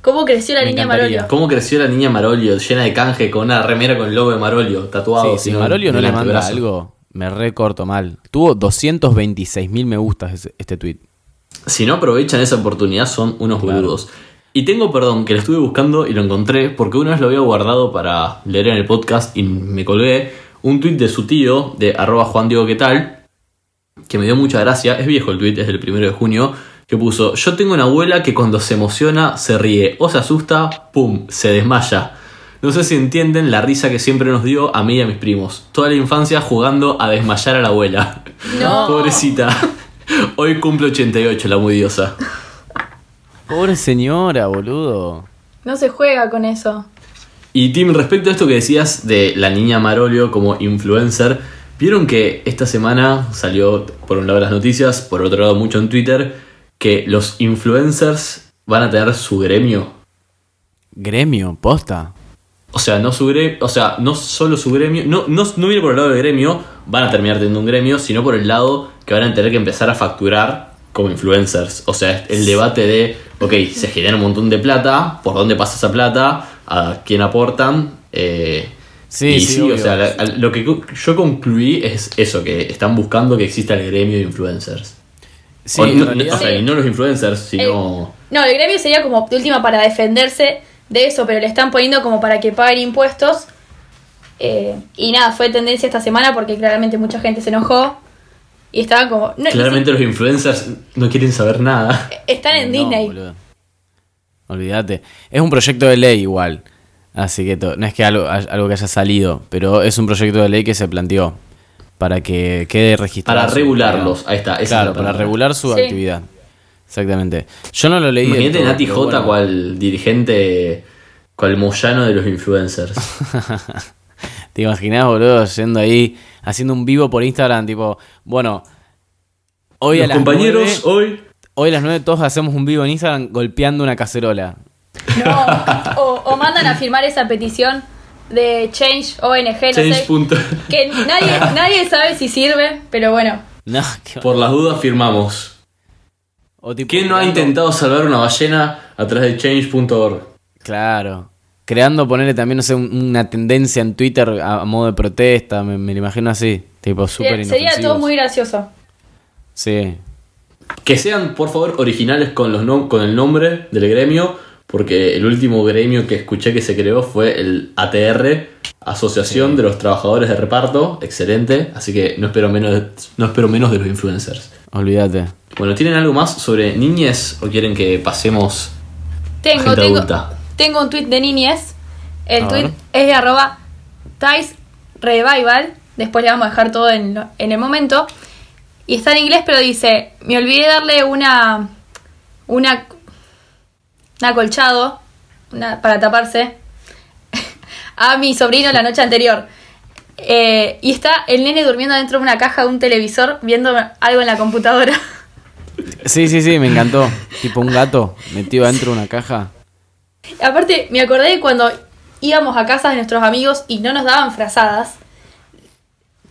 B: cómo creció la
A: Me
B: niña
A: encantaría.
B: Marolio?
C: ¿Cómo creció la niña Marolio, llena de canje, con una remera con el logo de Marolio tatuado?
A: Sí, si
C: sino
A: Marolio
C: en
A: no
C: el
A: le manda
C: antebrazo?
A: algo, me recorto mal. Tuvo 226 mil me gustas ese- este tweet.
C: Si no aprovechan esa oportunidad son unos boludos. Y tengo, perdón, que lo estuve buscando y lo encontré porque una vez lo había guardado para leer en el podcast y me colgué un tweet de su tío, de arroba Juan Diego qué tal, que me dio mucha gracia, es viejo el tweet, es del primero de junio, que puso, yo tengo una abuela que cuando se emociona, se ríe o se asusta, pum, se desmaya. No sé si entienden la risa que siempre nos dio a mí y a mis primos. Toda la infancia jugando a desmayar a la abuela.
B: No.
C: [LAUGHS] Pobrecita. Hoy cumple 88 la muy diosa.
A: Pobre señora, boludo.
B: No se juega con eso.
C: Y Tim, respecto a esto que decías de la niña Marolio como influencer, vieron que esta semana salió por un lado las noticias, por otro lado mucho en Twitter, que los influencers van a tener su gremio.
A: Gremio, posta.
C: O sea, no su gremio, o sea, no solo su gremio, no, no, no viene por el lado del gremio, van a terminar teniendo un gremio, sino por el lado que van a tener que empezar a facturar como influencers. O sea, el debate de, ok, se genera un montón de plata, ¿por dónde pasa esa plata? ¿A quién aportan? Eh,
A: Sí,
C: y
A: sí,
C: sí,
A: obvio.
C: o sea, la- lo que cu- yo concluí es eso, que están buscando que exista el gremio de influencers.
A: Sí,
C: o,
A: en
C: no,
A: realidad-
C: o sea, y no los influencers, sino...
B: No, el gremio sería como de última para defenderse de eso, pero le están poniendo como para que paguen impuestos. Eh, y nada, fue tendencia esta semana porque claramente mucha gente se enojó y estaba como... no,
C: Claramente los influencers no quieren saber nada.
B: Están en
A: No,
B: Disney.
A: boludo. Olvídate. Es un proyecto de ley igual. Así que to- no es que algo, algo que haya salido, pero es un proyecto de ley que se planteó. para que quede registrado.
C: Para
A: su-
C: regularlos, ahí está. esa es la
A: Claro, para
C: palabra.
A: regular su
B: Sí.
A: actividad. Exactamente. Yo no lo leí. del
C: Imagínate
A: todo,
C: Nati
A: pero
C: J
A: bueno.
C: cual dirigente, cual moyano de los influencers.
A: ¿Te imaginás, boludo, yendo ahí, haciendo un vivo por Instagram, tipo, bueno, [LAUGHS] hoy a
C: los
A: las
C: compañeros
A: 9,
C: hoy
A: hoy a las 9 todos hacemos un vivo en Instagram golpeando una cacerola. [LAUGHS]
B: No, o, o mandan a firmar esa petición de Change ONG, no
C: change
B: sé.
C: punto-
B: Que nadie, nadie sabe si sirve, pero bueno.
A: No, qué-
C: Por las dudas firmamos.
A: o tipo
C: ¿Quién no ha
A: creando-
C: intentado salvar una ballena a través de change.org?
A: Claro. Creando, ponerle también, no sé, un- una tendencia en Twitter a, a modo de protesta, me, me lo imagino así. Tipo, súper
B: Sería todo
A: inofensivos.
B: muy gracioso.
A: Sí.
C: Que sean, por favor, originales con, los nom- con el nombre del gremio, porque el último gremio que escuché que se creó fue el ATR, Asociación de los Trabajadores de Reparto. Excelente, así que no espero menos de, no espero menos de los influencers.
A: Olvídate.
C: Bueno, ¿tienen algo más sobre niñez o quieren que pasemos?
B: Tengo,
C: Gente
B: tengo,
C: adulta.
B: tengo un tweet de niñez.
A: A
B: El tweet
A: ver.
B: es de arroba Thais Revival. Después le vamos a dejar todo en, lo- en el momento. Y está en inglés, pero dice: Me olvidé darle una. Una. Un acolchado. una- para taparse. [LAUGHS] a mi sobrino la noche anterior. Eh, y está el nene durmiendo dentro de una caja de un televisor viendo algo en la computadora. [LAUGHS]
A: Sí, sí, sí, me encantó. [LAUGHS] tipo un gato metido adentro de una caja.
B: Aparte, me acordé de cuando íbamos a casas de nuestros amigos y no nos daban frazadas.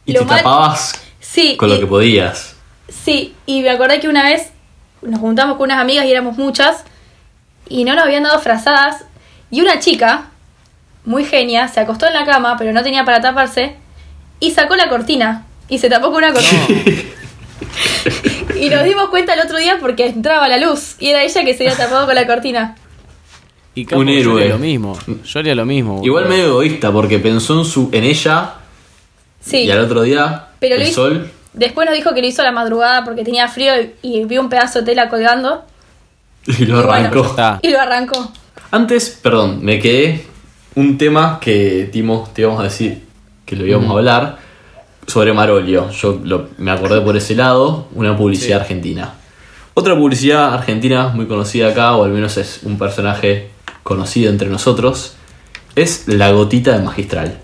C: Y
B: Lo
C: te
B: mal-
C: tapabas
B: Sí,
C: con
B: y,
C: lo que podías.
B: sí, y me acordé que una vez nos juntamos con unas amigas y éramos muchas y no nos habían dado frazadas y una chica, muy genia, se acostó en la cama pero no tenía para taparse y sacó la cortina y se tapó con una cortina. [LAUGHS] Y nos dimos cuenta el otro día porque entraba la luz y era ella que se había tapado con la cortina.
A: Y capo,
C: Un
A: yo haría
C: héroe.
A: lo mismo. Yo haría lo mismo.
C: Igual
A: boludo.
C: medio egoísta, porque pensó en, su, en ella
B: Sí.
C: y al otro día
B: Pero
C: el
B: lo hizo-
C: sol. [LAUGHS]
B: Después nos dijo que lo hizo a la madrugada porque tenía frío y, y vio un pedazo de tela colgando
C: Y lo
B: Y bueno.
C: arrancó.
A: Ya está.
B: y lo arrancó.
C: Antes, perdón, me quedé un tema que Timo te íbamos a decir que lo íbamos a hablar sobre Marolio. Yo lo- me acordé por ese lado, una publicidad argentina. Otra publicidad argentina muy conocida acá, o al menos es un personaje conocido entre nosotros, es La Gotita de Magistral.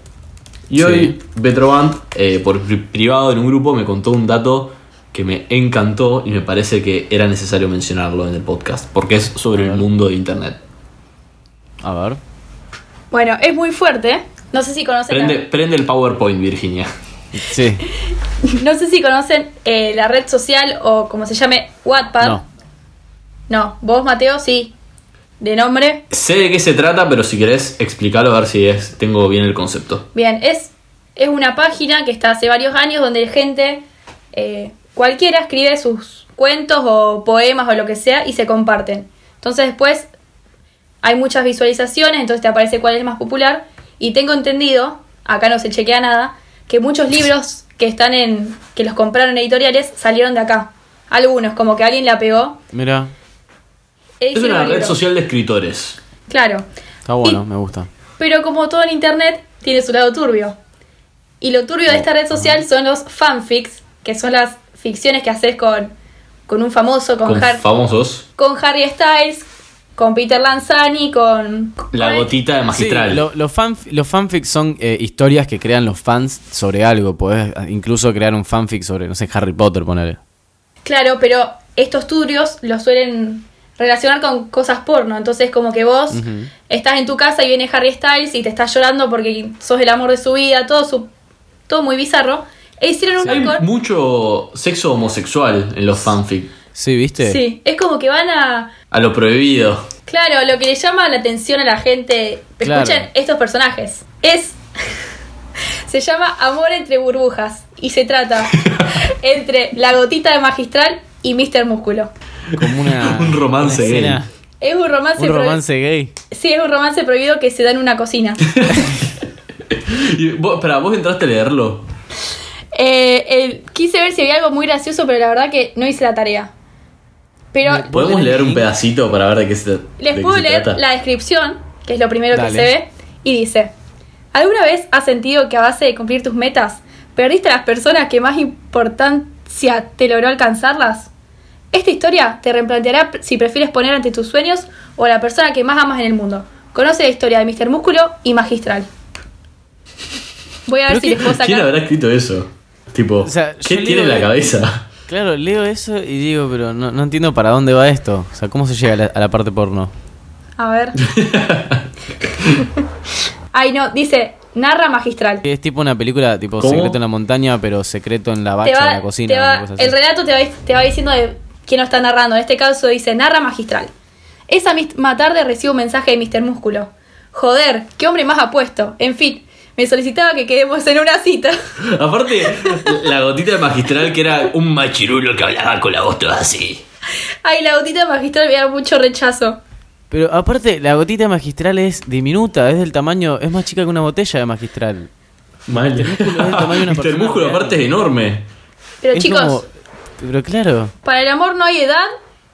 C: Y
A: Sí.
C: hoy Betrovant, eh, por pri- privado en un grupo, me contó un dato que me encantó y me parece que era necesario mencionarlo en el podcast, porque es sobre el mundo de Internet.
A: A ver.
B: Bueno, es muy fuerte. No sé si conocen,
C: Prende, prende el PowerPoint, Virginia.
A: Sí.
B: [LAUGHS] no sé si conocen eh, la red social o como se llame Wattpad.
A: No.
B: No, vos Mateo sí. De nombre.
C: Sé de qué se trata, pero si querés explicarlo a ver si es, tengo bien el concepto.
B: Bien, es, es una página que está hace varios años donde gente, eh, cualquiera escribe sus cuentos o poemas o lo que sea y se comparten. Entonces después hay muchas visualizaciones, entonces te aparece cuál es el más popular. Y tengo entendido, acá no se chequea nada, que muchos libros que están en. que los compraron editoriales salieron de acá. Algunos, como que alguien la pegó.
A: Mira.
B: e
C: Es
B: hicieron
C: una
B: el
C: red
B: libro.
C: social de escritores.
B: Claro.
A: Está bueno,
B: Y-
A: me gusta.
B: Pero como todo en internet, tiene su lado turbio. Y lo turbio
C: Oh,
B: de esta red social son los fanfics, que son las ficciones que haces con, con un famoso, con,
C: Con
B: Har-
C: famosos.
B: con Harry Styles, con Peter Lanzani, con.
C: La
B: con-
C: gotita de magistral.
A: Sí, lo- los, fanf- los fanfics son eh, historias que crean los fans sobre algo. Podés eh, incluso crear un fanfic sobre, no sé, Harry Potter, poner.
B: Claro, pero estos turbios los suelen relacionar con cosas porno. Entonces, como que vos estás en tu casa y viene Harry Styles y te estás llorando porque sos el amor de su vida, todo, su, todo muy bizarro. E hicieron un
C: Hay
B: récord.
C: mucho sexo homosexual en los fanfic.
A: Sí, ¿viste?
B: Sí, es como que van a.
C: A lo prohibido.
B: Claro, lo que le llama la atención a la gente,
A: Claro.
B: escuchen estos personajes, es... [LAUGHS] se llama Amor entre burbujas y
A: [LAUGHS]
B: se trata entre la gotita de magistral y Mr. Músculo.
A: Como una,
C: [LAUGHS] Un romance
A: una
C: gay.
A: escena-
B: Es un romance,
A: Un
B: prohi-
A: romance gay.
B: Sí, es un romance prohibido que se da en una
A: [LAUGHS]
B: cocina.
C: Y vos, espera, vos entraste a leerlo.
B: Eh, el- Quise ver si había algo muy gracioso, pero la verdad que no hice la tarea. Pero
A: Me- ¿Vos
C: ¿Podemos
A: tenés
C: leer un
A: link?
C: pedacito para ver de qué se, de qué
B: Les puedo
C: se
B: leer
C: trata?
B: la descripción, que es lo primero
A: Dale.
B: que se ve, y dice, ¿alguna vez has sentido que a base de cumplir tus metas ¿Perdiste a las personas que más importancia te logró alcanzarlas? Esta historia te replanteará si prefieres poner ante tus sueños o a la persona que más amas en el mundo. Conoce la historia de Mr. Músculo y Magistral. Voy a ver
C: Creo
B: si
C: que-
B: les puedo
C: [LAUGHS]
B: sacar.
C: ¿Quién habrá escrito eso? Tipo,
A: O sea,
C: ¿qué
A: yo
C: tiene en
A: leo-
C: la cabeza?
A: Claro, leo eso y digo, pero no, no entiendo para dónde va esto. O sea, ¿cómo se llega a la, a la parte porno?
B: A ver. Ay, no, dice, narra magistral.
A: Que Es tipo una película tipo
C: ¿Cómo?
A: secreto en la montaña, pero secreto en la bacha,
B: Te va-
A: en la cocina.
B: te va-
A: una cosa así.
B: el relato te va, te va diciendo de quién lo está narrando. En este caso dice, narra magistral. Esa misma tarde recibo un mensaje de Mr. Músculo. Joder, qué hombre más apuesto. En fin, me solicitaba que quedemos en una cita. [LAUGHS]
C: Aparte, la gotita de magistral que era un machirulo que hablaba con la voz toda así.
B: Ay, la gotita de magistral me da mucho rechazo.
A: Pero aparte, la gotita magistral es diminuta, es del tamaño, es más chica que una botella de magistral.
C: Mal.
A: músculo es del tamaño de una
C: Mister
A: persona
C: músculo
A: real.
C: aparte es enorme.
B: Pero
A: Es
B: chicos,
A: como- Pero claro.
B: para el amor no hay edad,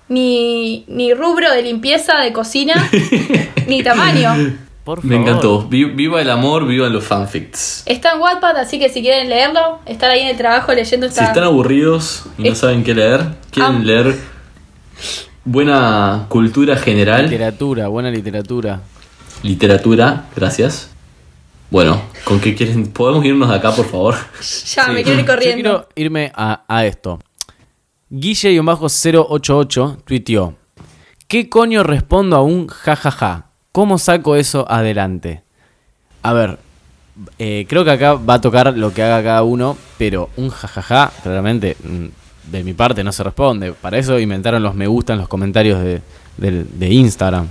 B: ni, ni rubro de limpieza,
A: [LAUGHS]
B: de cocina, ni tamaño.
A: Por favor.
C: Me encantó. Vi- Viva el amor, vivan los fanfics.
B: Está en Wattpad, así que si quieren leerlo, estar ahí en el trabajo leyendo
C: Si
B: esta...
C: están aburridos
A: Eh,
C: y no
B: Es-
C: saben qué leer, quieren
B: Am-
C: leer buena cultura general,
A: Literatura, buena literatura.
C: literatura, gracias. Bueno, ¿con qué quieren? ¿Podemos irnos de acá, por favor?
B: Ya, me quiero ir
A: Yo
B: corriendo.
A: quiero irme a, a esto. Guille-088 tuiteó. ¿Qué coño respondo a un jajaja? ¿Cómo saco eso adelante? A ver, eh, creo que acá va a tocar lo que haga cada uno, pero un jajaja, claramente, mm, de mi parte no se responde. Para eso inventaron los me gusta en los comentarios de, del- de Instagram.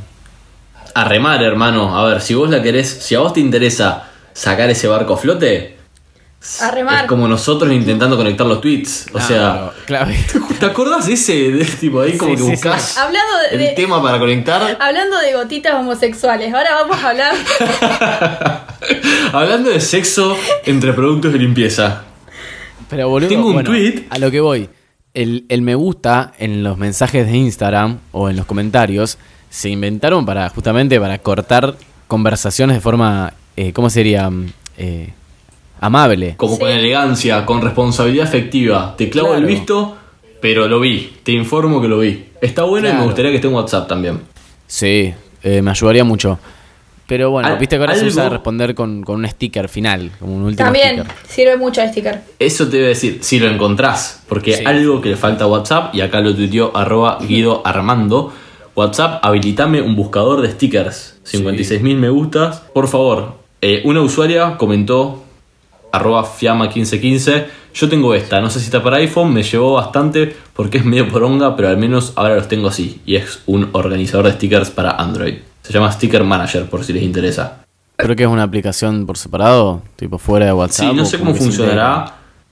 C: A remar, hermano. A ver, si vos la querés, si a vos te interesa sacar ese barco a flote,
B: A remar.
C: es como nosotros intentando conectar los tweets. O sea,
A: Claro, claro.
C: ¿te acordás de ese? de- tipo, ahí como
A: Sí,
C: que
A: sí, sí.
C: buscás
B: Hablando de-
C: el
B: de-
C: tema para conectar.
B: [LAUGHS] Hablando de gotitas homosexuales, ahora vamos
A: [LAUGHS]
B: a hablar...
C: Hablando de sexo entre productos de limpieza.
A: Pero boludo,
C: Tengo un
A: bueno,
C: tweet.
A: A lo que voy. El, el me gusta en los mensajes de Instagram o en los comentarios se inventaron para justamente para cortar conversaciones de forma, eh, ¿cómo sería? Mm, eh, amable.
C: Como con
B: Sí.
C: elegancia, con responsabilidad afectiva. Te clavo
A: Claro.
C: el visto, pero lo vi. Te informo que lo vi. Está bueno y me
A: Claro.
C: gustaría que esté en WhatsApp también.
A: Sí, eh, me ayudaría mucho. Pero bueno,
C: Al-
A: viste que ahora se usa
C: algo-
A: responder con, con un sticker final, como un último
B: También
A: sticker.
B: sirve mucho el sticker.
C: Eso te iba a decir, si lo encontrás, porque
A: Sí.
C: algo que le falta a WhatsApp, y acá lo tuiteó arroba Guido Armando, WhatsApp, habilitame un buscador de stickers. 56.000 me gustas. Por favor, eh, una usuaria comentó arroba fiamma1515, yo tengo esta, no sé si está para iPhone, me llevó bastante porque es medio poronga, pero al menos ahora los tengo así, y es un organizador de stickers para Android. Se llama Sticker Manager, por si les interesa.
A: Creo que es una aplicación por separado, tipo fuera de WhatsApp.
C: Sí, no
A: o
C: sé
A: como
C: cómo
A: que se integra.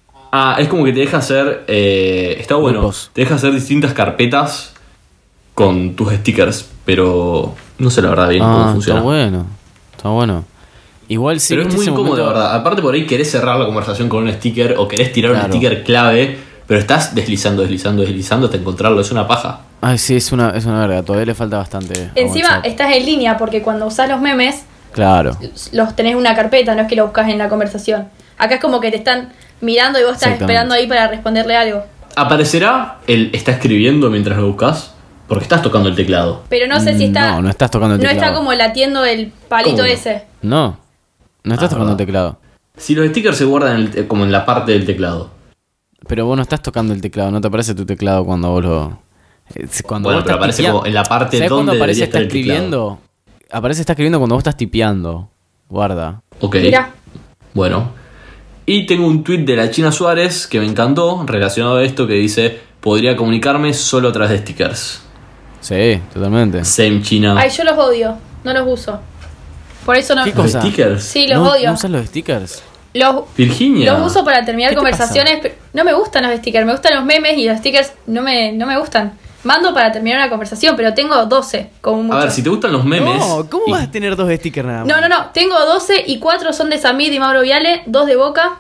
C: funcionará. Ah, es como que te deja hacer. eh, está bueno.
A: Grupos.
C: Te deja hacer distintas carpetas con tus stickers. Pero no sé la verdad bien
A: Ah,
C: cómo funciona.
A: está bueno, está bueno. Igual sí,
C: pero es
A: viste
C: muy
A: ese
C: incómodo, la
A: momento-
C: verdad. Aparte, por ahí querés cerrar la conversación con un sticker o querés tirar
A: Claro.
C: un sticker clave. Pero estás deslizando, deslizando, deslizando hasta encontrarlo. Es una paja.
A: Ay, sí, es una, es una verga. Todavía le falta bastante. a
B: Encima
A: WhatsApp.
B: estás en línea porque cuando usás los memes
A: Claro.
B: los tenés en una carpeta, no es que lo buscas en la conversación. Acá es como que te están mirando y vos estás
A: Exactamente.
B: esperando ahí para responderle algo.
C: Aparecerá el está escribiendo mientras lo buscas. Porque estás tocando el teclado.
B: Pero no sé si está...
A: Mm, No, no estás tocando el
B: no
A: teclado.
B: está como latiendo el palito
C: ¿Cómo no?
B: ese.
A: No. No estás
C: Ah,
A: tocando el
C: verdad.
A: teclado.
C: Si los stickers se guardan en el te- como en la parte del teclado.
A: Pero vos no estás tocando el teclado. No te aparece tu teclado cuando vos lo. es Cuando vos
C: Bueno, pero
A: estás
C: aparece
A: tipeando.
C: como en la parte
A: ¿Sabés
C: donde
A: cuándo aparece
C: debería
A: está
C: estar el teclado.
A: escribiendo? Aparece está escribiendo cuando vos estás tipeando. Guarda.
C: Ok.
B: Mira.
C: Bueno. Y tengo un tweet de la China Suárez que me encantó relacionado a esto que dice, podría comunicarme solo a través de stickers.
A: Sí, totalmente.
C: Same China.
B: Ay, yo los odio, no los uso. Por eso no...
A: Ah. ¿Qué
C: ¿Los
A: cosa?
C: stickers?
B: Sí, los
A: ¿No-
B: odio.
A: ¿No usas los stickers?
B: Los,
C: Virginia.
B: Los uso para terminar
A: ¿Qué te
B: conversaciones, pero no me gustan los stickers, me gustan los memes y los stickers no me, no me gustan. Mando para terminar una conversación, pero tengo 12, como mucho.
C: A ver, si te gustan los memes...
A: No, ¿cómo
C: y-
A: vas a tener dos stickers nada más?
B: No, no, no, tengo 12 y 4 son de Samid y Mauro Viale, 2 de Boca,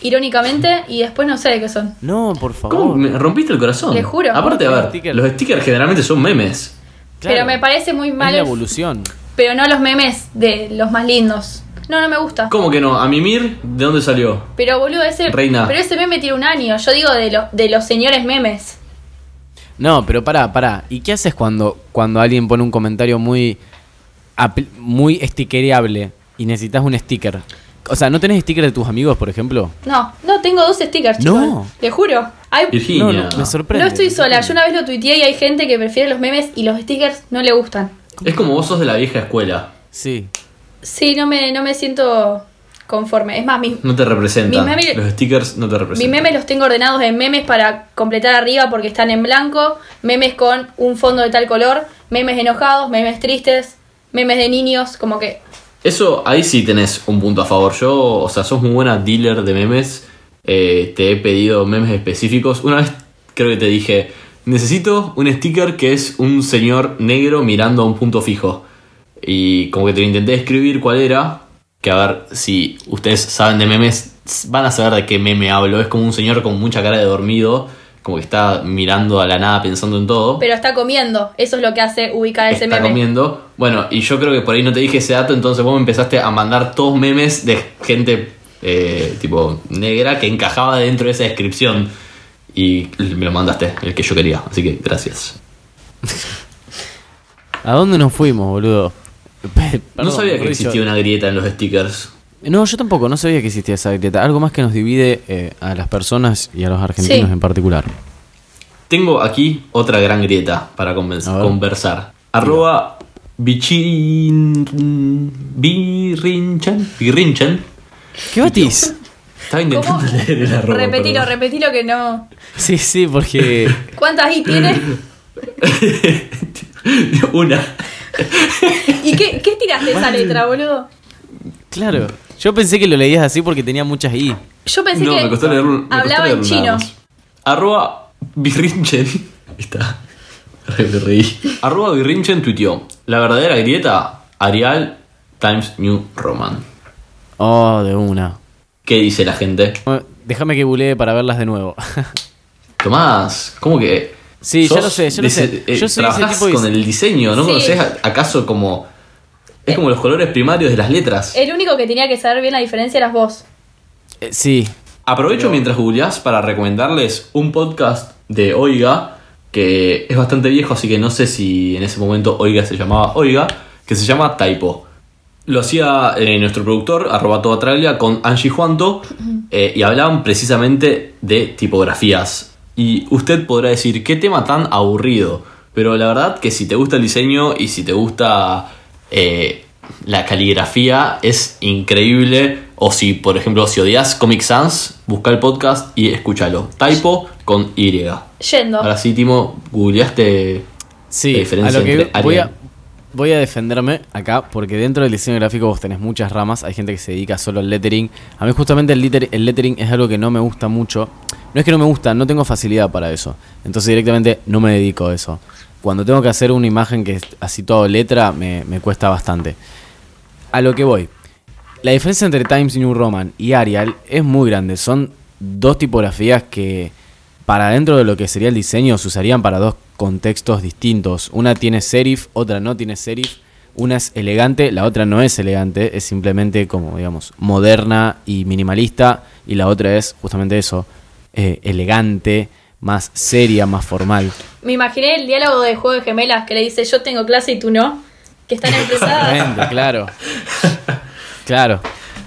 B: irónicamente, y después no sé de qué son.
A: No, por favor.
C: ¿Cómo me rompiste el corazón?
B: Les juro.
C: Aparte, a
A: Los
C: ver,
A: stickers.
C: los stickers generalmente son memes.
A: Claro.
B: Pero me parece muy
A: Es la
B: mal,
A: evolución.
B: pero no los memes de los más lindos. No, no me gusta.
C: ¿Cómo que no? ¿A Mimir? ¿De dónde salió?
B: Pero boludo, ese.
C: Reina.
B: Pero ese meme tiene un año. Yo digo de, los de los señores memes.
A: No, pero pará, pará. ¿Y qué haces cuando, cuando alguien pone un comentario muy, apl- muy stickereable y necesitas un sticker? O sea, ¿no tenés sticker de tus amigos, por ejemplo?
B: No, no, tengo dos stickers, chicos.
A: No.
B: Te juro. Hay-
C: Virginia.
A: No, no, me sorprende.
B: no estoy sola. Yo una vez lo tuiteé y hay gente que prefiere los memes y los stickers no le gustan.
C: Es como vos sos de la vieja escuela.
A: Sí.
B: Sí, no me, no me siento conforme. Es más, mis,
C: No te representan.
B: Mis memes-
C: Los stickers no te
B: mis
C: representan.
B: memes los tengo ordenados en memes para completar arriba porque están en blanco, memes con un fondo de tal color, memes enojados, memes tristes, memes de niños, como que...
C: Eso ahí sí tenés un punto a favor. Yo, o sea, sos muy buena dealer de memes. Eh, te he pedido memes específicos. Una vez creo que te dije, necesito un sticker que es un señor negro mirando a un punto fijo. Y como que te lo intenté escribir cuál era. Que a ver si ustedes saben de memes, van a saber de qué meme hablo. Es como un señor con mucha cara de dormido, como que está mirando a la nada pensando en todo
B: Pero está comiendo, eso es lo que hace ubicar ese
C: está
B: meme.
C: comiendo. Bueno, y yo creo que por ahí no te dije ese dato, entonces vos me empezaste a mandar todos memes de gente eh, tipo negra que encajaba dentro de esa descripción. Y me lo mandaste, el que yo quería. Así que gracias.
A: ¿A dónde nos fuimos, boludo? [LAUGHS] Perdón,
C: no sabía que
A: mejor dicho.
C: existía una grieta en los stickers.
A: No, yo tampoco, no sabía que existía esa grieta. Algo más que nos divide eh, a las personas y a los argentinos
B: Sí.
A: en particular.
C: Tengo aquí otra gran grieta para conven-
A: A ver.
C: conversar. Arroba bichin... Birrinchan. Birrinchan.
A: ¿Qué batís?
C: Estaba intentando
B: ¿Cómo?
C: leer el arroba.
B: Repetilo,
C: perdón.
B: repetilo que no...
A: [LAUGHS] Sí, sí, porque.
B: ¿Cuántas I
C: [LAUGHS]
B: tiene?
C: Una.
B: ¿Y qué, qué tiraste esa letra, boludo?
A: Claro. Yo pensé que lo leías así porque tenía muchas I.
B: Yo pensé
C: no,
B: que
C: me costó leerlo. me costó
B: hablaba en
C: leerlo
B: chino.
C: nada más. Arroba Birrinchen. [LAUGHS] Ahí Está. Re- me reí. Arroba Birrinchen tuiteó. La verdadera grieta, Arial Times New Roman.
A: Oh, de una.
C: ¿Qué dice la gente?
A: Bueno, Déjame que bulee para verlas de nuevo. [LAUGHS]
C: Tomás, ¿cómo que?
A: Sí, ya
C: sos
A: lo sé, ya lo
C: dise-
A: sé.
C: eh,
A: Yo soy ese
C: trabajás
A: tipo de-
C: con el diseño, ¿no
B: Sí.
C: conoces acaso como. Es como los colores primarios de las letras.
B: El único que tenía que saber bien la diferencia eras vos.
A: Eh, sí.
C: Aprovecho mientras googleás para recomendarles un podcast de Oiga, que es bastante viejo, así que no sé si en ese momento Oiga se llamaba Oiga, que se llama Taipo. Lo hacía eh, nuestro productor, arroba toda traglia, con Angie Juanto, eh, y hablaban precisamente de tipografías. Y usted podrá decir, qué tema tan aburrido. Pero la verdad que si te gusta el diseño y si te gusta eh, la caligrafía, es increíble. O si, por ejemplo, si odias Comic Sans, busca el podcast y escúchalo. Typo con Y.
B: Yendo.
C: Ahora sí, Timo, googleaste
A: Sí,
C: la diferencia
A: a lo que
C: entre
A: voy a,
C: Arial.
A: voy a defenderme acá, porque dentro del diseño gráfico vos tenés muchas ramas, hay gente que se dedica solo al lettering. A mí justamente el, liter- el lettering es algo que no me gusta mucho. No es que no me gusta, no tengo facilidad para eso. Entonces directamente no me dedico a eso. Cuando tengo que hacer una imagen que es así todo letra, me, me cuesta bastante. A lo que voy. La diferencia entre Times New Roman y Arial es muy grande. Son dos tipografías que para dentro de lo que sería el diseño se usarían para dos contextos distintos. Una tiene serif, otra no tiene serif. Una es elegante, la otra no es elegante. Es simplemente como, digamos, moderna y minimalista. Y la otra es justamente eso, eh, elegante, más seria, más formal.
B: Me imaginé el diálogo de Juego de Gemelas que le dice yo tengo clase y tú no. Que están
C: [LAUGHS]
B: empezadas.
A: Totalmente, claro. Claro,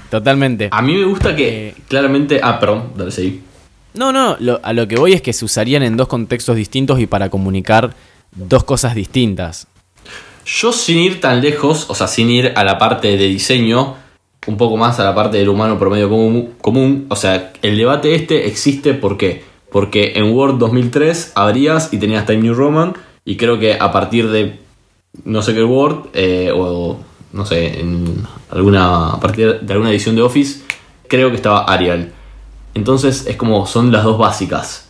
A: totalmente.
C: A mí me gusta que
A: Eh.
C: claramente. Ah, perdón, dale, seguí.
A: No, no, lo- a lo que voy es que se usarían en dos contextos distintos y para comunicar dos cosas distintas.
C: Yo sin ir tan lejos, o sea, sin ir a la parte de diseño, un poco más a la parte del humano promedio común, común, o sea, el debate este existe ¿por qué? Porque en Word 2003 abrías y tenías Time New Roman y creo que a partir de no sé qué Word eh, o no sé, en alguna, a partir de alguna edición de Office, creo que estaba Arial. Entonces es como son las dos básicas.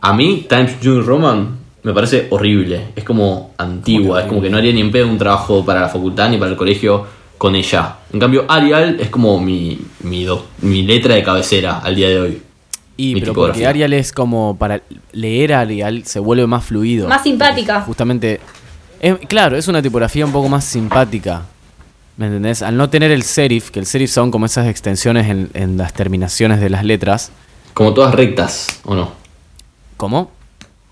C: A mí, Times New Roman me parece horrible. Es como antigua. Es como que no haría ni en pedo un trabajo para la facultad ni para el colegio con ella. En cambio, Arial es como mi, mi, do- mi letra de cabecera al día de hoy.
A: Y
C: Mi
A: pero porque
C: tipografía.
A: Arial es como para leer Arial se vuelve más fluido.
B: Más simpática.
A: Justamente. es- claro, es una tipografía un poco más simpática. ¿Me entendés? Al no tener el serif, que el serif son como esas extensiones en, en las terminaciones de las letras.
C: Como todas rectas, ¿o no?
A: ¿Cómo?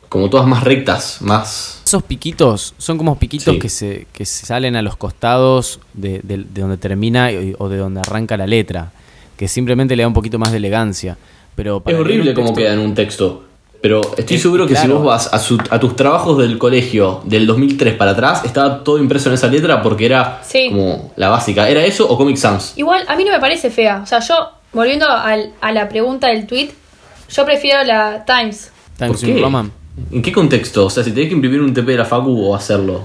C: Como todas más rectas, más.
A: Esos piquitos son como piquitos
C: Sí.
A: que, se, que se salen a los costados de, de- de donde termina y- o de donde arranca la letra, que simplemente le da un poquito más de elegancia. Pero para
C: es
A: leer
C: horrible
A: un
C: como
A: texto-
C: queda en un texto. Pero estoy
A: Es-
C: seguro que si
A: claro.
C: vos vas a, su- a tus trabajos del colegio del 2003 para atrás, estaba todo impreso en esa letra porque era
B: Sí.
C: como la básica. ¿Era eso o Comic Sans?
B: Igual, a mí no me parece fea. O sea, yo, volviendo al- a la pregunta del tweet, yo prefiero la Times.
A: Times
C: ¿Por
A: New
C: qué?
A: Roman.
C: ¿En qué contexto? O sea, si tenés que imprimir un TP de la Facu o hacerlo.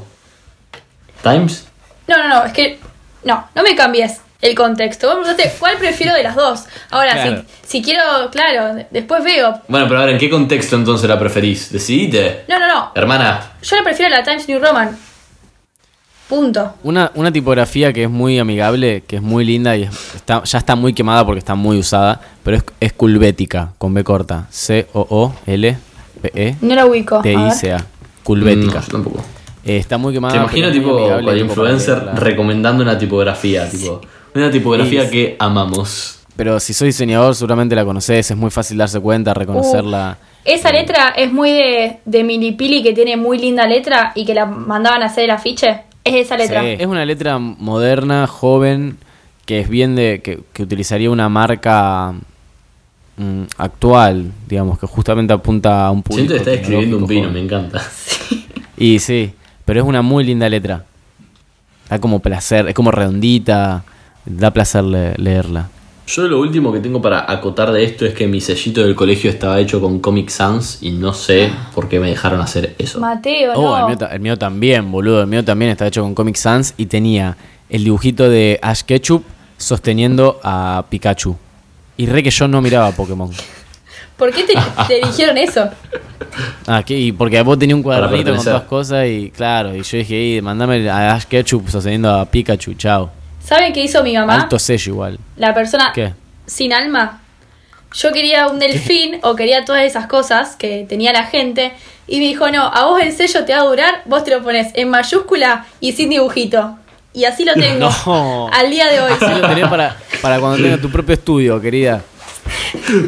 C: ¿Times?
B: No, no, no, es que. No, no me cambies el contexto. Vos me preguntaste cuál prefiero de las dos. Ahora,
A: Claro.
B: si, si quiero, claro, después veo.
C: Bueno, pero ahora, ¿en qué contexto entonces la preferís? ¿Decidite?
B: No, no, no.
C: Hermana,
B: Yo la prefiero a la Times New Roman. Punto.
A: Una, una tipografía que es muy amigable, que es muy linda y es- está, ya está muy quemada porque está muy usada, pero es, es culbética, con B corta. C-O-O-L-B-E-T-I-C-A.
B: No la ubico. A ver.
A: Culbética.
C: No, yo tampoco.
A: Eh, está muy quemada.
C: Te imagino
A: pero es muy
C: tipo
A: amigable,
C: el
A: tipo, para
C: influencer
A: leerla.
C: recomendando una tipografía, tipo. Una tipografía
A: Sí.
C: que amamos.
A: Pero si soy diseñador, seguramente la conoces, es muy fácil darse cuenta, reconocerla.
B: Esa letra es muy de, de Milipili que tiene muy linda letra y que la mandaban a hacer el afiche. Es esa letra.
A: Sí. Es una letra moderna, joven, que es bien de. que, que utilizaría una marca mm, actual, digamos, que justamente apunta a un público.
C: Siento que estás escribiendo un
A: tecnológico,
C: vino, me
A: joven.
C: encanta.
A: Y sí, pero es una muy linda letra. Da como placer, es como redondita, da placer le- leerla.
C: Yo lo último que tengo para acotar de esto es que mi sellito del colegio estaba hecho con Comic Sans y no sé por qué me dejaron hacer eso.
B: Ah. Mateo,
A: Oh, el
B: no.
A: mío, ta- el mío también, boludo. El mío también está hecho con Comic Sans y tenía el dibujito de Ash Ketchup sosteniendo a Pikachu. Y re que yo no miraba Pokémon.
B: ¿Por
A: [LAUGHS]
B: qué te, te eligieron eso?
A: Ah, ¿qué? Y porque vos tenías un cuadernito con
C: pertenecer.
A: todas cosas y claro, y yo dije, "Ey, mandame a Ash Ketchup sosteniendo a Pikachu, chao.
B: ¿Saben qué hizo mi mamá?
A: Alto sello igual.
B: La persona
A: ¿Qué?
B: sin alma. Yo quería un delfín o quería todas esas cosas que tenía la gente. Y me dijo, no, a vos el sello te va a durar, vos te lo pones en mayúscula y sin dibujito. Y
A: [LAUGHS]
B: así lo tengo.
A: No.
B: Al día de hoy.
A: Así lo tenés para, para cuando tengas tu propio estudio, querida.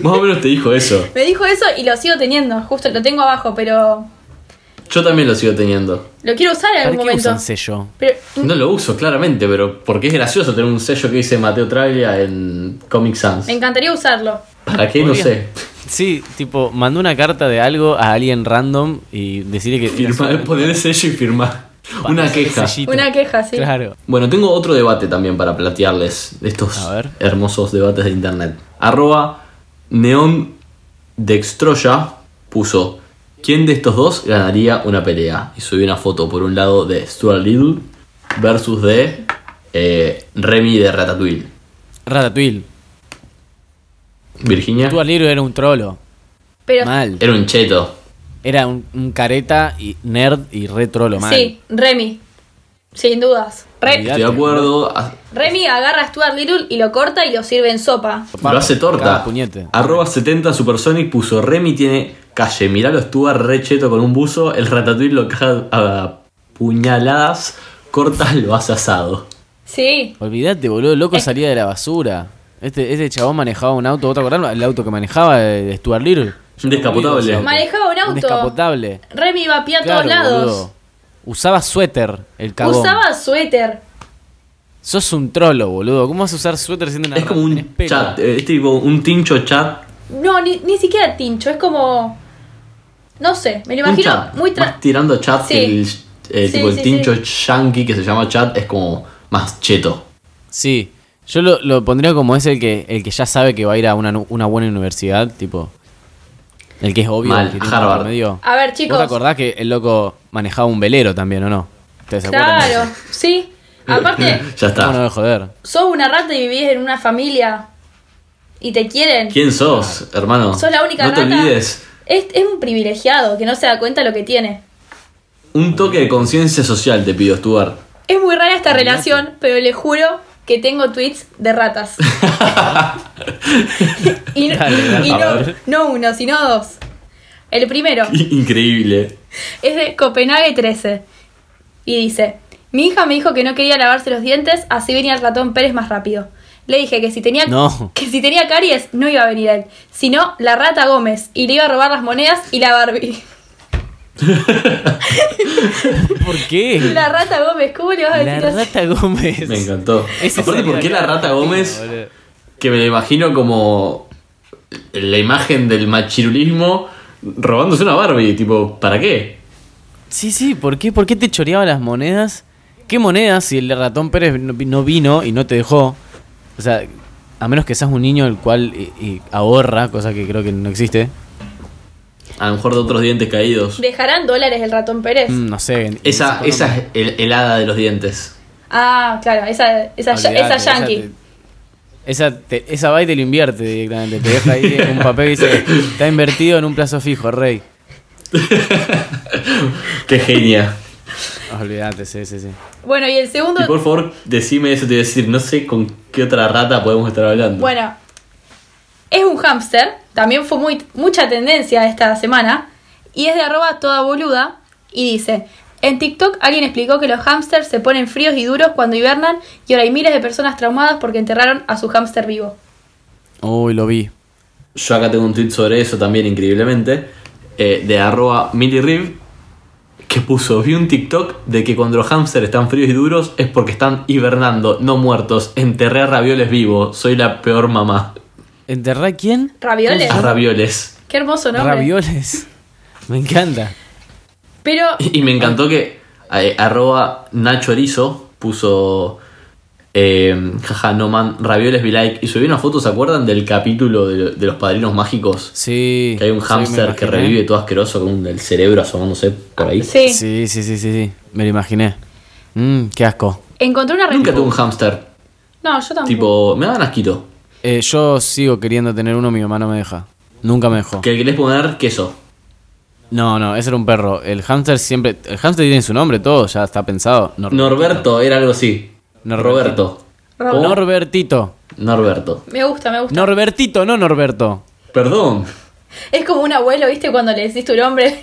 C: Más o menos te dijo eso.
B: Me dijo eso y lo sigo teniendo. Justo lo tengo abajo, pero
C: Yo también lo sigo teniendo.
B: lo quiero usar en
A: ¿Para
B: algún
A: qué
B: momento.
A: usan sello?
B: Pero
C: No lo uso, claramente, pero porque es gracioso tener un sello que dice Mateo Traglia en Comic Sans.
B: me encantaría usarlo.
C: ¿Para qué? No
A: [LAUGHS]
C: sé.
A: Sí, tipo, mandó una carta de algo a alguien random y decirle que...
C: Firmar, poner el sello y firmar.
A: Pa-
C: Una queja.
A: sellito.
B: Una queja, sí.
A: Claro.
C: Bueno, tengo otro debate también para plantearles de estos
A: A ver.
C: hermosos debates de internet. Arroba Neon Dextroya puso ¿Quién de estos dos ganaría una pelea? Y subí una foto por un lado de Stuart Little versus de eh, Remy de Ratatouille.
A: Ratatouille.
C: Virginia
A: Tú al libro era un trolo.
B: Pero
A: Mal.
C: era un cheto.
A: Era un, un careta y nerd y re trolo, mal.
B: sí, Remy. Sin dudas. Re-
A: Olvidate.
C: Estoy de acuerdo. ha-
B: Remy agarra a Stuart Little y lo corta y lo sirve en sopa.
C: Lo hace
A: Cada
C: torta.
A: puñete.
C: Arroba 70 Supersonic puso Remy tiene calle. Miralo, estuvo recheto con un buzo. El ratatouille lo caga a puñaladas. Cortas [LAUGHS] lo has asado.
B: Sí.
A: Olvídate, boludo, el loco
B: Es-
A: salía de la basura. Este, este chabón manejaba un auto, ¿vos te acordás? El auto que manejaba eh, de Stuart Little.
C: Un descapotable.
A: Ese auto.
B: Manejaba un auto.
A: Un descapotable.
B: Remy va a pie a
A: Claro,
B: todos lados.
A: boludo. Usaba suéter, el cagón.
B: Usaba suéter.
A: Sos un trolo, boludo. ¿Cómo vas a usar suéter siendo una
C: es como
A: tenés
C: un
A: pelo?
C: chat. eh, Es tipo un tincho chat.
B: No, ni, ni siquiera tincho. Es como. No sé, me lo
C: un
B: imagino
C: chat.
B: muy tra-
C: más tirando chat que el,
B: Sí.
C: eh,
B: Sí,
C: tipo el
B: sí,
C: tincho yankee que se llama chat. Es como más cheto.
A: Sí, yo lo, lo pondría como es el que, el que ya sabe que va a ir a una, nu- una buena universidad, tipo. El que es obvio.
C: Mal,
A: el que tiene un
C: Harvard.
A: promedio.
B: A ver,
A: ¿Vos
B: chicos.
A: te acordás que el loco manejaba un velero también, o no? ¿Ustedes se acuerdan?
B: Claro, sí.
A: [LAUGHS]
B: Aparte,
C: ya está.
A: ¿Cómo no voy a
C: [LAUGHS]
A: joder?
B: sos una rata y vivís en una familia. Y te quieren.
C: ¿Quién sos, hermano?
B: Sos la única
C: Ah, No te
B: rata.
C: olvides.
B: Es, es un privilegiado que no se da cuenta lo que tiene.
C: Un toque de conciencia social te
A: [LAUGHS]
C: pido, Stuart. [LAUGHS]
B: Es muy rara esta relación, pero le juro que tengo tweets de
C: [LAUGHS]
B: ratas. y no-
A: Dale, dale.
B: y
C: A
B: no,
C: ver.
B: no uno, sino dos. El primero
C: Increíble.
B: es de Copenhague 13 y dice, Mi hija me dijo que no quería lavarse los dientes, así venía el ratón Pérez más rápido. Le dije que si tenía
A: No.
B: que si tenía caries no iba a venir él, sino la rata Gómez y le iba a robar las monedas y la Barbie. [LAUGHS]
A: ¿Por qué?
B: [LAUGHS] La rata Gómez, ¿cómo le vas a
A: La
B: decir así?
A: rata Gómez.
C: Me encantó.
A: Ese
C: Aparte,
A: salió
C: ¿por qué
A: acá.
C: la rata Gómez?
A: Boludo.
C: Que me la imagino como la imagen del machirulismo robándose una Barbie. Tipo, ¿para qué?
A: Sí, sí, ¿por qué? ¿Por qué te choreaba las monedas? ¿Qué monedas si el ratón Pérez no, vi- no vino y no te dejó? O sea, a menos que seas un niño el cual eh, eh, ahorra, cosa que creo que no existe.
C: A lo mejor de otros dientes caídos.
B: Dejarán dólares el ratón Pérez.
A: Mm, no sé. en-
C: Esa,
A: en-
C: esa es el, el hada de los dientes.
B: Ah, claro, esa, esa,
A: Olvidate,
B: esa yankee.
A: te- Esa, te- esa va y te lo invierte directamente. Te deja ahí en un papel y dice: Está invertido en un plazo fijo, rey.
C: Qué genia.
A: Olvídate, Ah, sí, sí, sí.
B: Bueno, y el segundo.
C: Y por favor, decime eso, te voy a decir, no sé con qué otra rata podemos estar hablando.
B: Bueno, es un hámster, también fue muy, mucha tendencia esta semana, y es de arroba toda boluda, y dice, en TikTok alguien explicó que los hámsters se ponen fríos y duros cuando hibernan, y ahora hay miles de personas traumadas porque enterraron a su hámster vivo.
A: Uy, lo vi.
C: Yo acá tengo un tweet sobre eso también, increíblemente, eh, de arroba milirib, que puso, vi un TikTok de que cuando los hámsters están fríos y duros es porque están hibernando, no muertos, enterré a ravioles vivos, soy la peor mamá.
A: ¿Enterrá quién?
B: Ravioles.
C: A ravioles.
B: Qué hermoso nombre.
A: Ravioles. [LAUGHS] Me encanta.
B: Pero
C: Y me encantó que eh, arroba Nacho Erizo puso... eh, jaja, no man, ravioles be like. Y subí una foto, ¿se acuerdan del capítulo de, de los padrinos mágicos?
A: Sí.
C: Que hay un
A: sí,
C: hámster
A: me
C: que
A: imaginé.
C: revive todo asqueroso con el cerebro asomándose por ahí.
B: sí,
A: Sí, sí, sí, sí, sí. Me lo imaginé. Mmm, qué asco.
B: encontré una
C: Nunca
B: respuesta.
C: tuve un hámster.
B: No, yo tampoco.
C: Tipo, me daban asquito.
A: Eh, yo sigo queriendo tener uno, mi mamá no me deja. Nunca me dejó.
C: Que le querés poner queso.
A: No, no, ese era un perro. El hámster siempre. El hámster tiene su nombre, todo, ya está pensado. Nor-
C: Norberto era algo así.
A: Norberto.
C: Norberto.
B: Roberto.
A: Norbertito.
C: Norberto.
B: Me gusta, me gusta.
A: Norbertito, no Norberto.
C: Perdón.
B: Es como un abuelo, ¿viste? Cuando le decís
A: [LAUGHS]
B: tu nombre.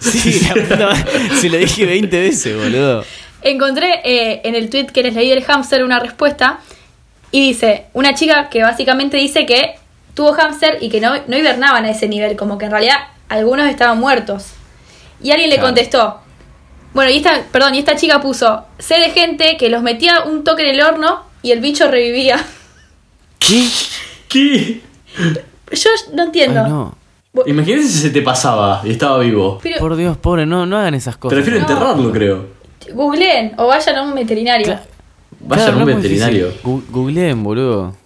A: Sí, [LAUGHS] la puta madre. se lo dije 20 veces, boludo.
B: Encontré eh, en el tweet que les leí del hámster una respuesta y dice, una chica que básicamente dice que tuvo hámster y que no, no hibernaban a ese nivel, como que en realidad algunos estaban muertos. Y alguien le
A: Claro.
B: contestó, bueno, y esta, perdón, y esta chica puso, sé de gente que los metía un toque en el horno y el bicho revivía. [LAUGHS]
A: ¿Qué?
C: ¿Qué?
B: Yo no
A: Ay,
B: entiendo.
A: no.
C: Imagínate si se te pasaba y estaba vivo.
B: Pero
A: Por Dios, pobre, no, no hagan esas cosas.
C: Prefiero
B: No.
C: enterrarlo, creo.
B: googleen o vayan a un veterinario.
A: Cla- Claro,
C: Vayan a un
A: no es muy
C: veterinario.
A: difícil. Gu- Googleen, boludo.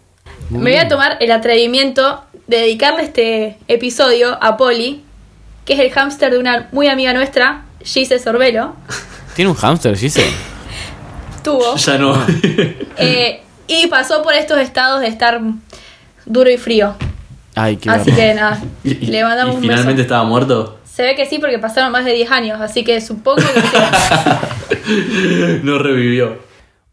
B: Me voy a tomar el atrevimiento de dedicarle este episodio a Polly, que es el hámster de una muy amiga nuestra, Gise Sorbelo.
A: ¿Tiene un hámster, Gise?
C: [LAUGHS]
B: Tuvo.
C: Ya no.
B: eh, y pasó por estos estados de estar duro y frío.
A: Ay, qué
B: así
A: garrón.
B: que nada,
C: [LAUGHS] Y- y-
B: le mandamos
C: y
B: un
C: finalmente
B: beso.
C: estaba muerto.
B: Se ve que sí porque pasaron más de 10 años, así que supongo que sí.
C: [LAUGHS] No revivió.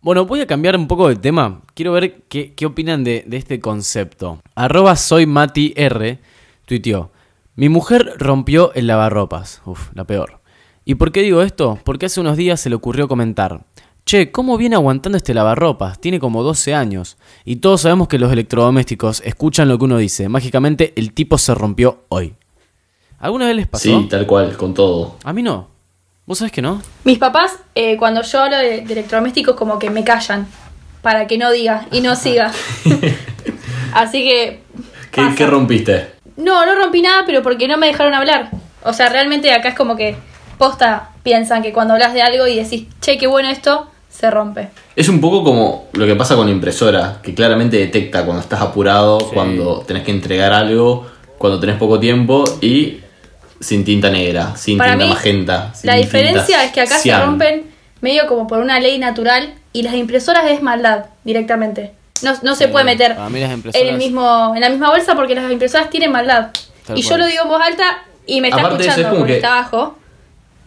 A: Bueno, voy a cambiar un poco de tema. Quiero ver qué, qué opinan de, de este concepto. Arroba soy Mati R tuiteó. Mi mujer rompió el lavarropas. Uf, la peor. ¿Y por qué digo esto? Porque hace unos días se le ocurrió comentar. Che, ¿cómo viene aguantando este lavarropas? Tiene como 12 años. Y todos sabemos que los electrodomésticos escuchan lo que uno dice. Mágicamente, el tipo se rompió hoy. ¿Alguna vez les pasó?
C: Sí, tal cual, con todo.
A: A mí no. ¿Vos sabés que no?
B: Mis papás, eh, cuando yo hablo de, de electrodomésticos, como que me callan para que no diga y no
C: [LAUGHS]
B: siga. así que...
C: ¿Qué,
B: pasa.
C: qué rompiste?
B: No, no rompí nada, pero porque no me dejaron hablar. O sea, realmente acá es como que posta piensan que cuando hablas de algo y decís, che, qué bueno esto, se rompe.
C: Es un poco como lo que pasa con la impresora, que claramente detecta cuando estás apurado, cuando tenés que entregar algo, cuando tenés poco tiempo y sin tinta negra, sin
B: Para
C: tinta
B: mí,
C: magenta. sin
B: La
C: tinta
B: diferencia es que acá
C: cian.
B: se rompen medio como por una ley natural y las impresoras es maldad directamente. No, no se
A: Sí,
B: puede meter
A: para mí las
B: en, el
A: impresoras-
B: mismo, en la misma bolsa porque las impresoras tienen maldad.
A: Tal
B: y yo
A: cual.
B: lo digo en voz alta y me está
C: Aparte de eso, es
B: escuchando
C: como
B: porque
C: que-
B: está abajo.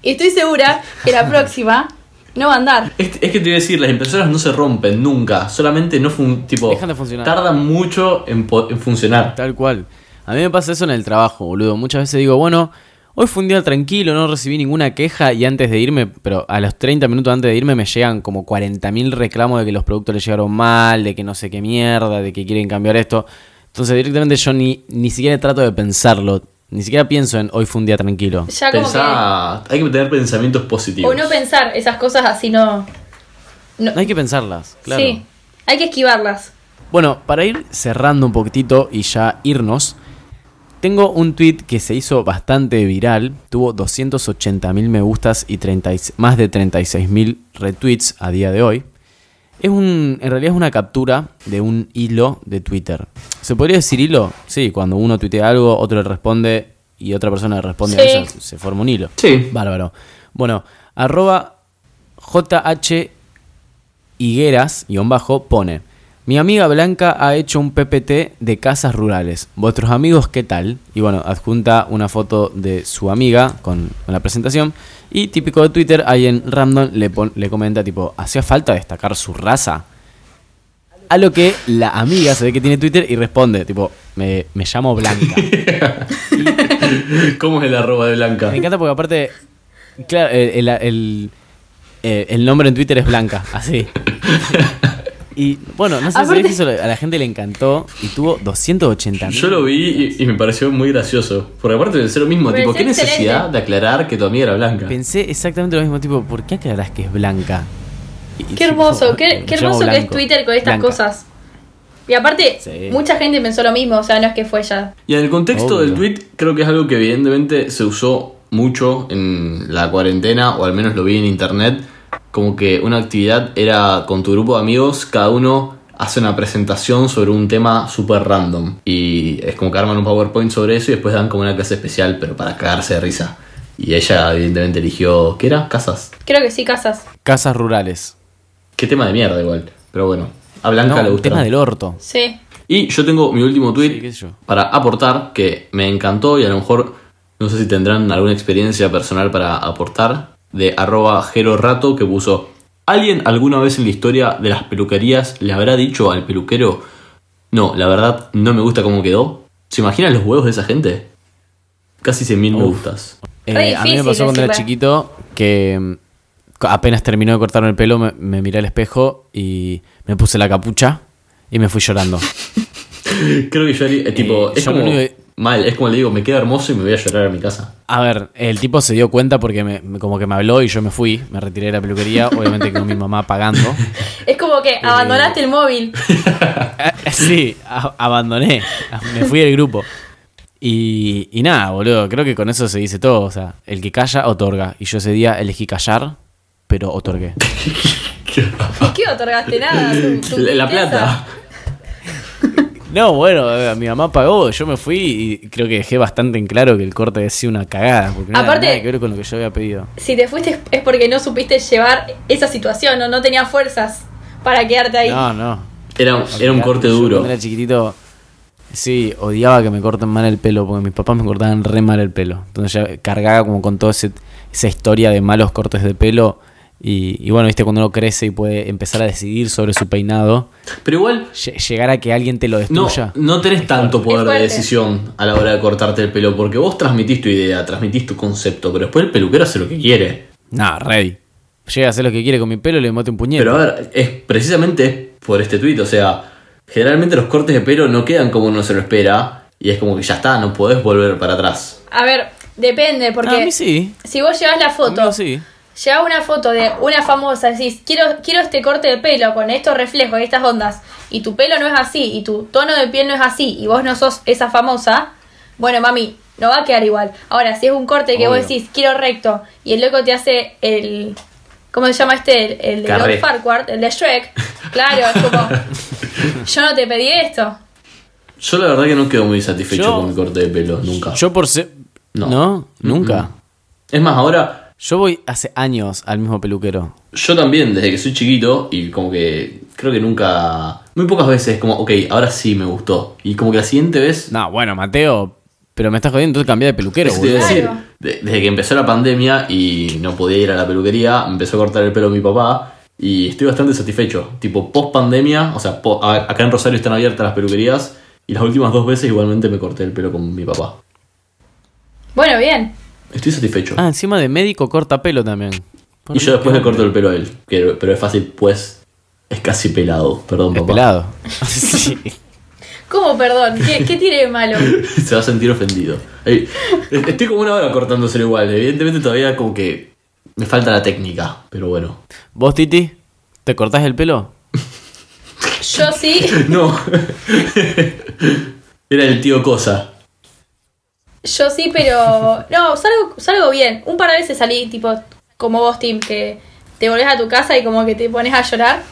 B: Y estoy segura que
C: [LAUGHS]
B: la próxima no va a andar.
C: Es, es que te voy a decir, las impresoras no se rompen nunca, solamente no fun tipo,
A: Dejan de funcionar.
C: tardan mucho en, po- en funcionar.
A: Tal cual. A mí me pasa eso en el trabajo, boludo. Muchas veces digo, bueno, Hoy fue un día tranquilo, no recibí ninguna queja y antes de irme, pero a los 30 minutos antes de irme me llegan como 40.000 reclamos de que los productos le llegaron mal, de que no sé qué mierda, de que quieren cambiar esto. Entonces directamente yo ni, ni siquiera trato de pensarlo, ni siquiera pienso en hoy fue un día tranquilo.
B: Ya como
C: Pensá, hay que tener pensamientos
B: que.
C: positivos.
B: O no pensar esas cosas así, no. no-
A: No hay que pensarlas, claro.
B: Sí, hay que esquivarlas.
A: Bueno, para ir cerrando un poquitito y ya irnos, tengo un tweet que se hizo bastante viral, tuvo 280.000 me gustas y 30 y- más de 36.000 retweets a día de hoy. Es un, en realidad es una captura de un hilo de Twitter. ¿Se podría decir hilo? Sí, cuando uno tuitea algo, otro le responde y otra persona le responde
B: Sí.
A: a eso, se forma un hilo.
C: Sí.
A: Bárbaro. Bueno, arroba JH Higueras, guión bajo, pone. Mi amiga Blanca ha hecho un PPT de casas rurales. ¿Vuestros amigos qué tal? Y bueno, adjunta una foto de su amiga con, con la presentación. Y típico de Twitter, ahí en Random le, pon- le comenta tipo, ¿hacía falta destacar su raza? A lo que la amiga se ve que tiene Twitter y responde, tipo, me, me llamo Blanca.
C: [LAUGHS] ¿Cómo es el arroba de Blanca?
A: Me encanta porque aparte, claro, el, el- el- eh, el nombre en Twitter es Blanca,
C: [LAUGHS]
A: así. Y bueno, no sé
B: Aparte-
A: si viste eso, a la gente le encantó y tuvo 280
C: Yo lo vi y, y me pareció muy gracioso. Porque aparte de ser lo mismo,
B: Me
C: tipo, ¿qué
B: pareció
C: necesidad
B: excelente.
C: de aclarar que tu amiga era blanca?
A: Pensé exactamente lo mismo, tipo, ¿por qué aclarás que es Blanca? Y- y
B: Qué
A: tipo, [LAUGHS]
B: hermoso, qué,
A: me
B: qué
A: llamo
B: hermoso que es
A: Blanco.
B: Twitter con estas
A: Blanca.
B: cosas. Y aparte,
A: Sí.
B: mucha gente pensó lo mismo, o sea, no es que fue ella.
C: Y en el contexto
A: Obvio.
C: del tweet, creo que es algo que evidentemente se usó mucho en la cuarentena, o al menos lo vi en internet, como que una actividad era con tu grupo de amigos, cada uno hace una presentación sobre un tema súper random. Y es como que arman un PowerPoint sobre eso y después dan como una clase especial, pero para cagarse de risa. Y ella evidentemente eligió, ¿qué era? Casas.
B: Creo que sí, Casas.
A: Casas rurales.
C: Qué tema de mierda igual. Pero bueno, a Blanca
A: No,
C: le gusta.
A: tema del orto.
B: Sí.
C: Y yo tengo mi último tweet
A: Sí, qué sé yo.
C: para aportar que me encantó y a lo mejor no sé si tendrán alguna experiencia personal para aportar de arroba Jero Rato que puso ¿Alguien alguna vez en la historia de las peluquerías le habrá dicho al peluquero no, la verdad no me gusta cómo quedó? ¿Se imaginan los huevos de esa gente? Casi 100.000 me gustas.
A: Eh,
B: Re
A: a mí me
B: difícil
A: pasó cuando era
B: decirle.
A: chiquito que mm, apenas terminó de cortarme el pelo, me, me miré al espejo y me puse la capucha y me fui llorando.
C: Creo que yo haría- eh, tipo,
A: Eh,
C: es
A: yo
C: como
A: lo único que-
C: mal, es como le digo, me queda hermoso y me voy a llorar a mi casa.
A: A ver, el tipo se dio cuenta porque me- me- como que me habló y yo me fui, me retiré de la peluquería, obviamente con mi mamá pagando.
B: Es como que abandonaste el móvil.
A: Eh, eh, Sí, a- abandoné, me fui del grupo. Y, y nada, boludo, creo que con eso se dice todo. O sea, el que calla, otorga. Y yo ese día elegí callar, pero otorgué.
B: ¿Qué
A: [LAUGHS]
B: otorgaste nada? Tu- tu
C: La, la
B: tristeza.
C: plata.
A: No, bueno, eh, mi mamá pagó, yo me fui y creo que dejé bastante en claro que el corte decía una cagada, porque no
B: Aparte-
A: era nada que ver con lo que yo había pedido.
B: Si te fuiste es porque no supiste llevar esa situación, no, no tenías fuerzas para quedarte ahí.
A: No, no.
C: Era, era un
A: Mirá,
C: corte
A: yo
C: duro.
A: Cuando era chiquitito, sí, odiaba que me corten mal el pelo, porque mis papás me cortaban re mal el pelo. Entonces ya cargaba como con toda esa historia de malos cortes de pelo. Y, y bueno, viste, cuando uno crece y puede empezar a decidir sobre su peinado,
C: Pero igual
A: lle- llegar a que alguien te lo
C: No,
A: destruya.
C: no tenés tanto poder de
B: fuerte.
C: decisión a la hora de cortarte el pelo, porque vos transmitís tu idea, transmitís tu concepto, pero después el peluquero hace lo que quiere.
A: Nah, rey. Llega a hacer lo que quiere con mi pelo y le mate un puñete.
C: Pero a ver, es precisamente es por este tuit, o sea, generalmente los cortes de pelo no quedan como uno se lo espera, y es como que ya está, no podés volver para atrás.
B: A ver, depende, porque
A: a mí sí.
B: si vos llevas la foto,
A: Conmigo sí.
B: llevas una foto de una famosa, decís, quiero, quiero este corte de pelo con estos reflejos, estas ondas, y tu pelo no es así, y tu tono de piel no es así, y vos no sos esa famosa, bueno, mami, no va a quedar igual. Ahora, si es un corte que
A: Obvio.
B: vos decís, quiero recto, y el loco te hace el... ¿Cómo se llama este? El, el de
C: Carré.
B: Lord Farquaad, el de Shrek. Claro, es como... Yo no te pedí esto.
C: Yo la verdad que no quedo muy satisfecho
A: Yo-
C: con mi corte de pelo, nunca.
A: Yo por ser.
C: No.
A: No, nunca.
C: Es más, ahora
A: Yo voy hace años al mismo peluquero.
C: Yo también, desde que soy chiquito, y como que creo que nunca. Muy pocas veces, como, ok, ahora sí me gustó. Y como que la siguiente vez.
A: No, bueno, Mateo, pero me estás jodiendo, entonces cambié de peluquero,
C: eso te
A: boludo.
C: iba a decir,
B: Claro.
C: de- desde que empezó la pandemia y no podía ir a la peluquería, me empezó a cortar el pelo mi papá. Y estoy bastante satisfecho. Tipo, post pandemia, o sea, po- a- acá en Rosario están abiertas las peluquerías. Y las últimas dos veces igualmente me corté el pelo con mi papá.
B: Bueno, bien.
C: Estoy satisfecho.
A: Ah, encima de médico corta pelo también. Por
C: y yo
A: Dios,
C: después
A: qué
C: le corto el pelo a él. que- pero es fácil, pues. Es casi pelado. Perdón,
A: Es
C: papá.
A: pelado. [LAUGHS] Sí.
B: ¿Cómo, perdón? ¿Qué, qué tiene de malo?
C: [LAUGHS] Se va a sentir ofendido. Ey, Estoy como una hora cortándoselo igual. Evidentemente todavía como que. Me falta la técnica. Pero bueno. [LAUGHS]
A: ¿Vos, Titi? ¿Te cortás el pelo?
B: Yo sí,
C: No. [LAUGHS] Era el tío Cosa.
B: yo sí,
A: [LAUGHS]
B: pero. No, salgo, salgo bien. Un par de veces salí, tipo, como vos, Tim, que te volvés a tu casa y como que te pones a llorar.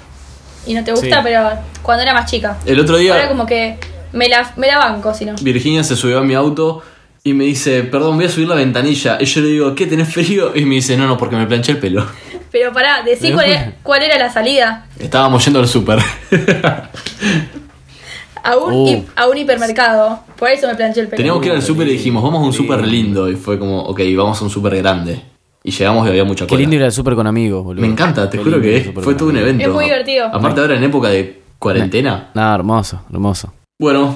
B: Y no te gusta,
A: Sí. Eh,
B: pero cuando era más chica.
C: El otro día.
B: Ahora como que me la, me la banco, si no. [LAUGHS]
C: Virginia se subió a mi auto y me dice, perdón, voy a subir la ventanilla. Y yo le digo, ¿qué tenés frío? Y me dice, no, no, porque me planché el pelo. [LAUGHS]
B: Pero pará, decí
A: [LAUGHS]
B: cuál era, cuál era la salida
C: Estábamos yendo al súper. [LAUGHS]
B: a un,
A: Uh.
B: hi- a un hipermercado. Por eso me planché el pelo.
C: Teníamos que ir al súper y dijimos, vamos a un
A: Sí.
C: súper lindo. Y fue como, ok, vamos a un súper grande. Y llegamos y había mucha
A: Qué
C: cola.
A: lindo ir al súper con amigos, boludo.
C: Me encanta, te
A: Qué
C: juro
A: lindo
C: que
A: ir al
C: es-
A: súper
C: fue
A: con
C: todo un
A: amigos.
C: evento.
B: Es muy divertido.
C: Aparte ahora en época de cuarentena.
A: Nada, hermoso, hermoso.
C: Bueno,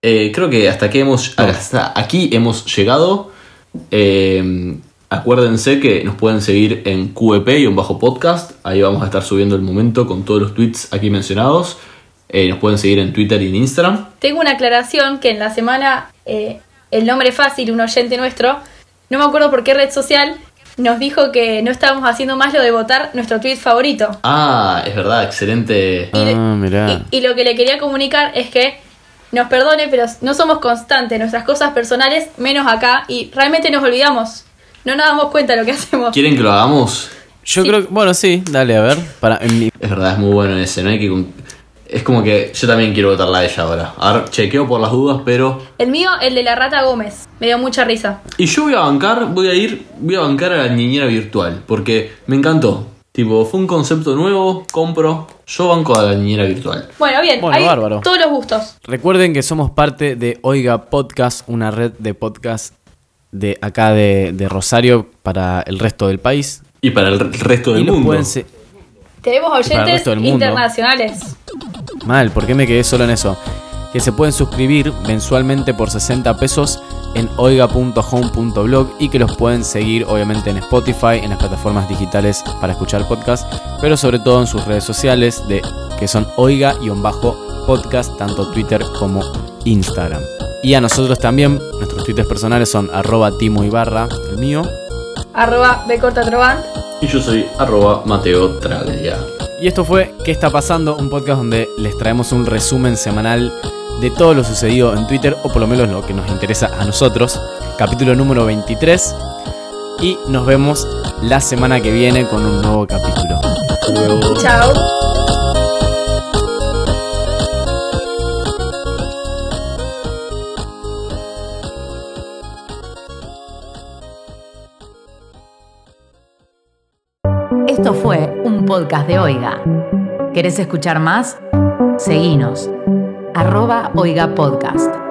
C: eh, creo que hasta que hemos hasta aquí hemos llegado. Eh, acuérdense que nos pueden seguir en QEP y un bajo podcast. Ahí vamos a estar subiendo el momento con todos los tweets aquí mencionados. Eh, nos pueden seguir en Twitter y en Instagram.
B: Tengo una aclaración que en la semana eh, el nombre fácil, un oyente nuestro, no me acuerdo por qué red social, nos dijo que no estábamos haciendo más lo de votar nuestro tweet favorito.
C: Ah, es verdad, excelente.
B: Y de-
A: Ah, mirá.
B: Y, y lo que le quería comunicar es que nos perdone, pero no somos constantes en nuestras cosas personales, menos acá, y realmente nos olvidamos. No nos damos cuenta de lo que [LAUGHS] hacemos.
C: ¿Quieren que lo hagamos?
A: Yo creo que. Bueno, sí, dale, a ver. Para, en mi-
C: Es verdad, es muy bueno ese, ¿no? Hay que con- es como que yo también quiero votarla a ella ahora. Ahora chequeo por las dudas, pero
B: El mío, el de la rata Gómez. Me dio mucha risa.
C: Y yo voy a bancar, voy a ir, voy a bancar a la niñera virtual, porque me encantó. Tipo, fue un concepto nuevo, compro, yo banco a la niñera virtual.
B: Bueno, bien,
A: Bueno,
B: hay
A: bárbaro.
B: todos los gustos.
A: Recuerden que somos parte de Oiga Podcast, una red de podcast de acá de, de Rosario para el resto del país.
C: Y para el re- resto del
A: Y nos
C: mundo.
A: pueden se-
B: Tenemos
A: para el
B: oyentes
A: resto del mundo.
B: internacionales.
A: Mal, ¿por qué me quedé solo en eso? Que se pueden suscribir mensualmente por 60 pesos en oiga.home.blog y que los pueden seguir obviamente en Spotify, en las plataformas digitales para escuchar podcast, pero sobre todo en sus redes sociales de que son oiga-podcast, tanto Twitter como Instagram. Y a nosotros también, nuestros twitters personales son arroba timo ibarra, el mío,
B: Arroba B corta Trovant.
C: Y yo soy arroba Mateo Traglia.
A: Y esto fue ¿Qué está pasando? Un podcast donde les traemos un resumen semanal de todo lo sucedido en Twitter, o por lo menos lo que nos interesa a nosotros. Capítulo número 23. Y nos vemos la semana que viene con un nuevo capítulo.
C: Hasta luego.
B: Chao.
E: Esto fue un podcast de Oiga. ¿Querés escuchar más? Seguinos. Arroba Oiga Podcast.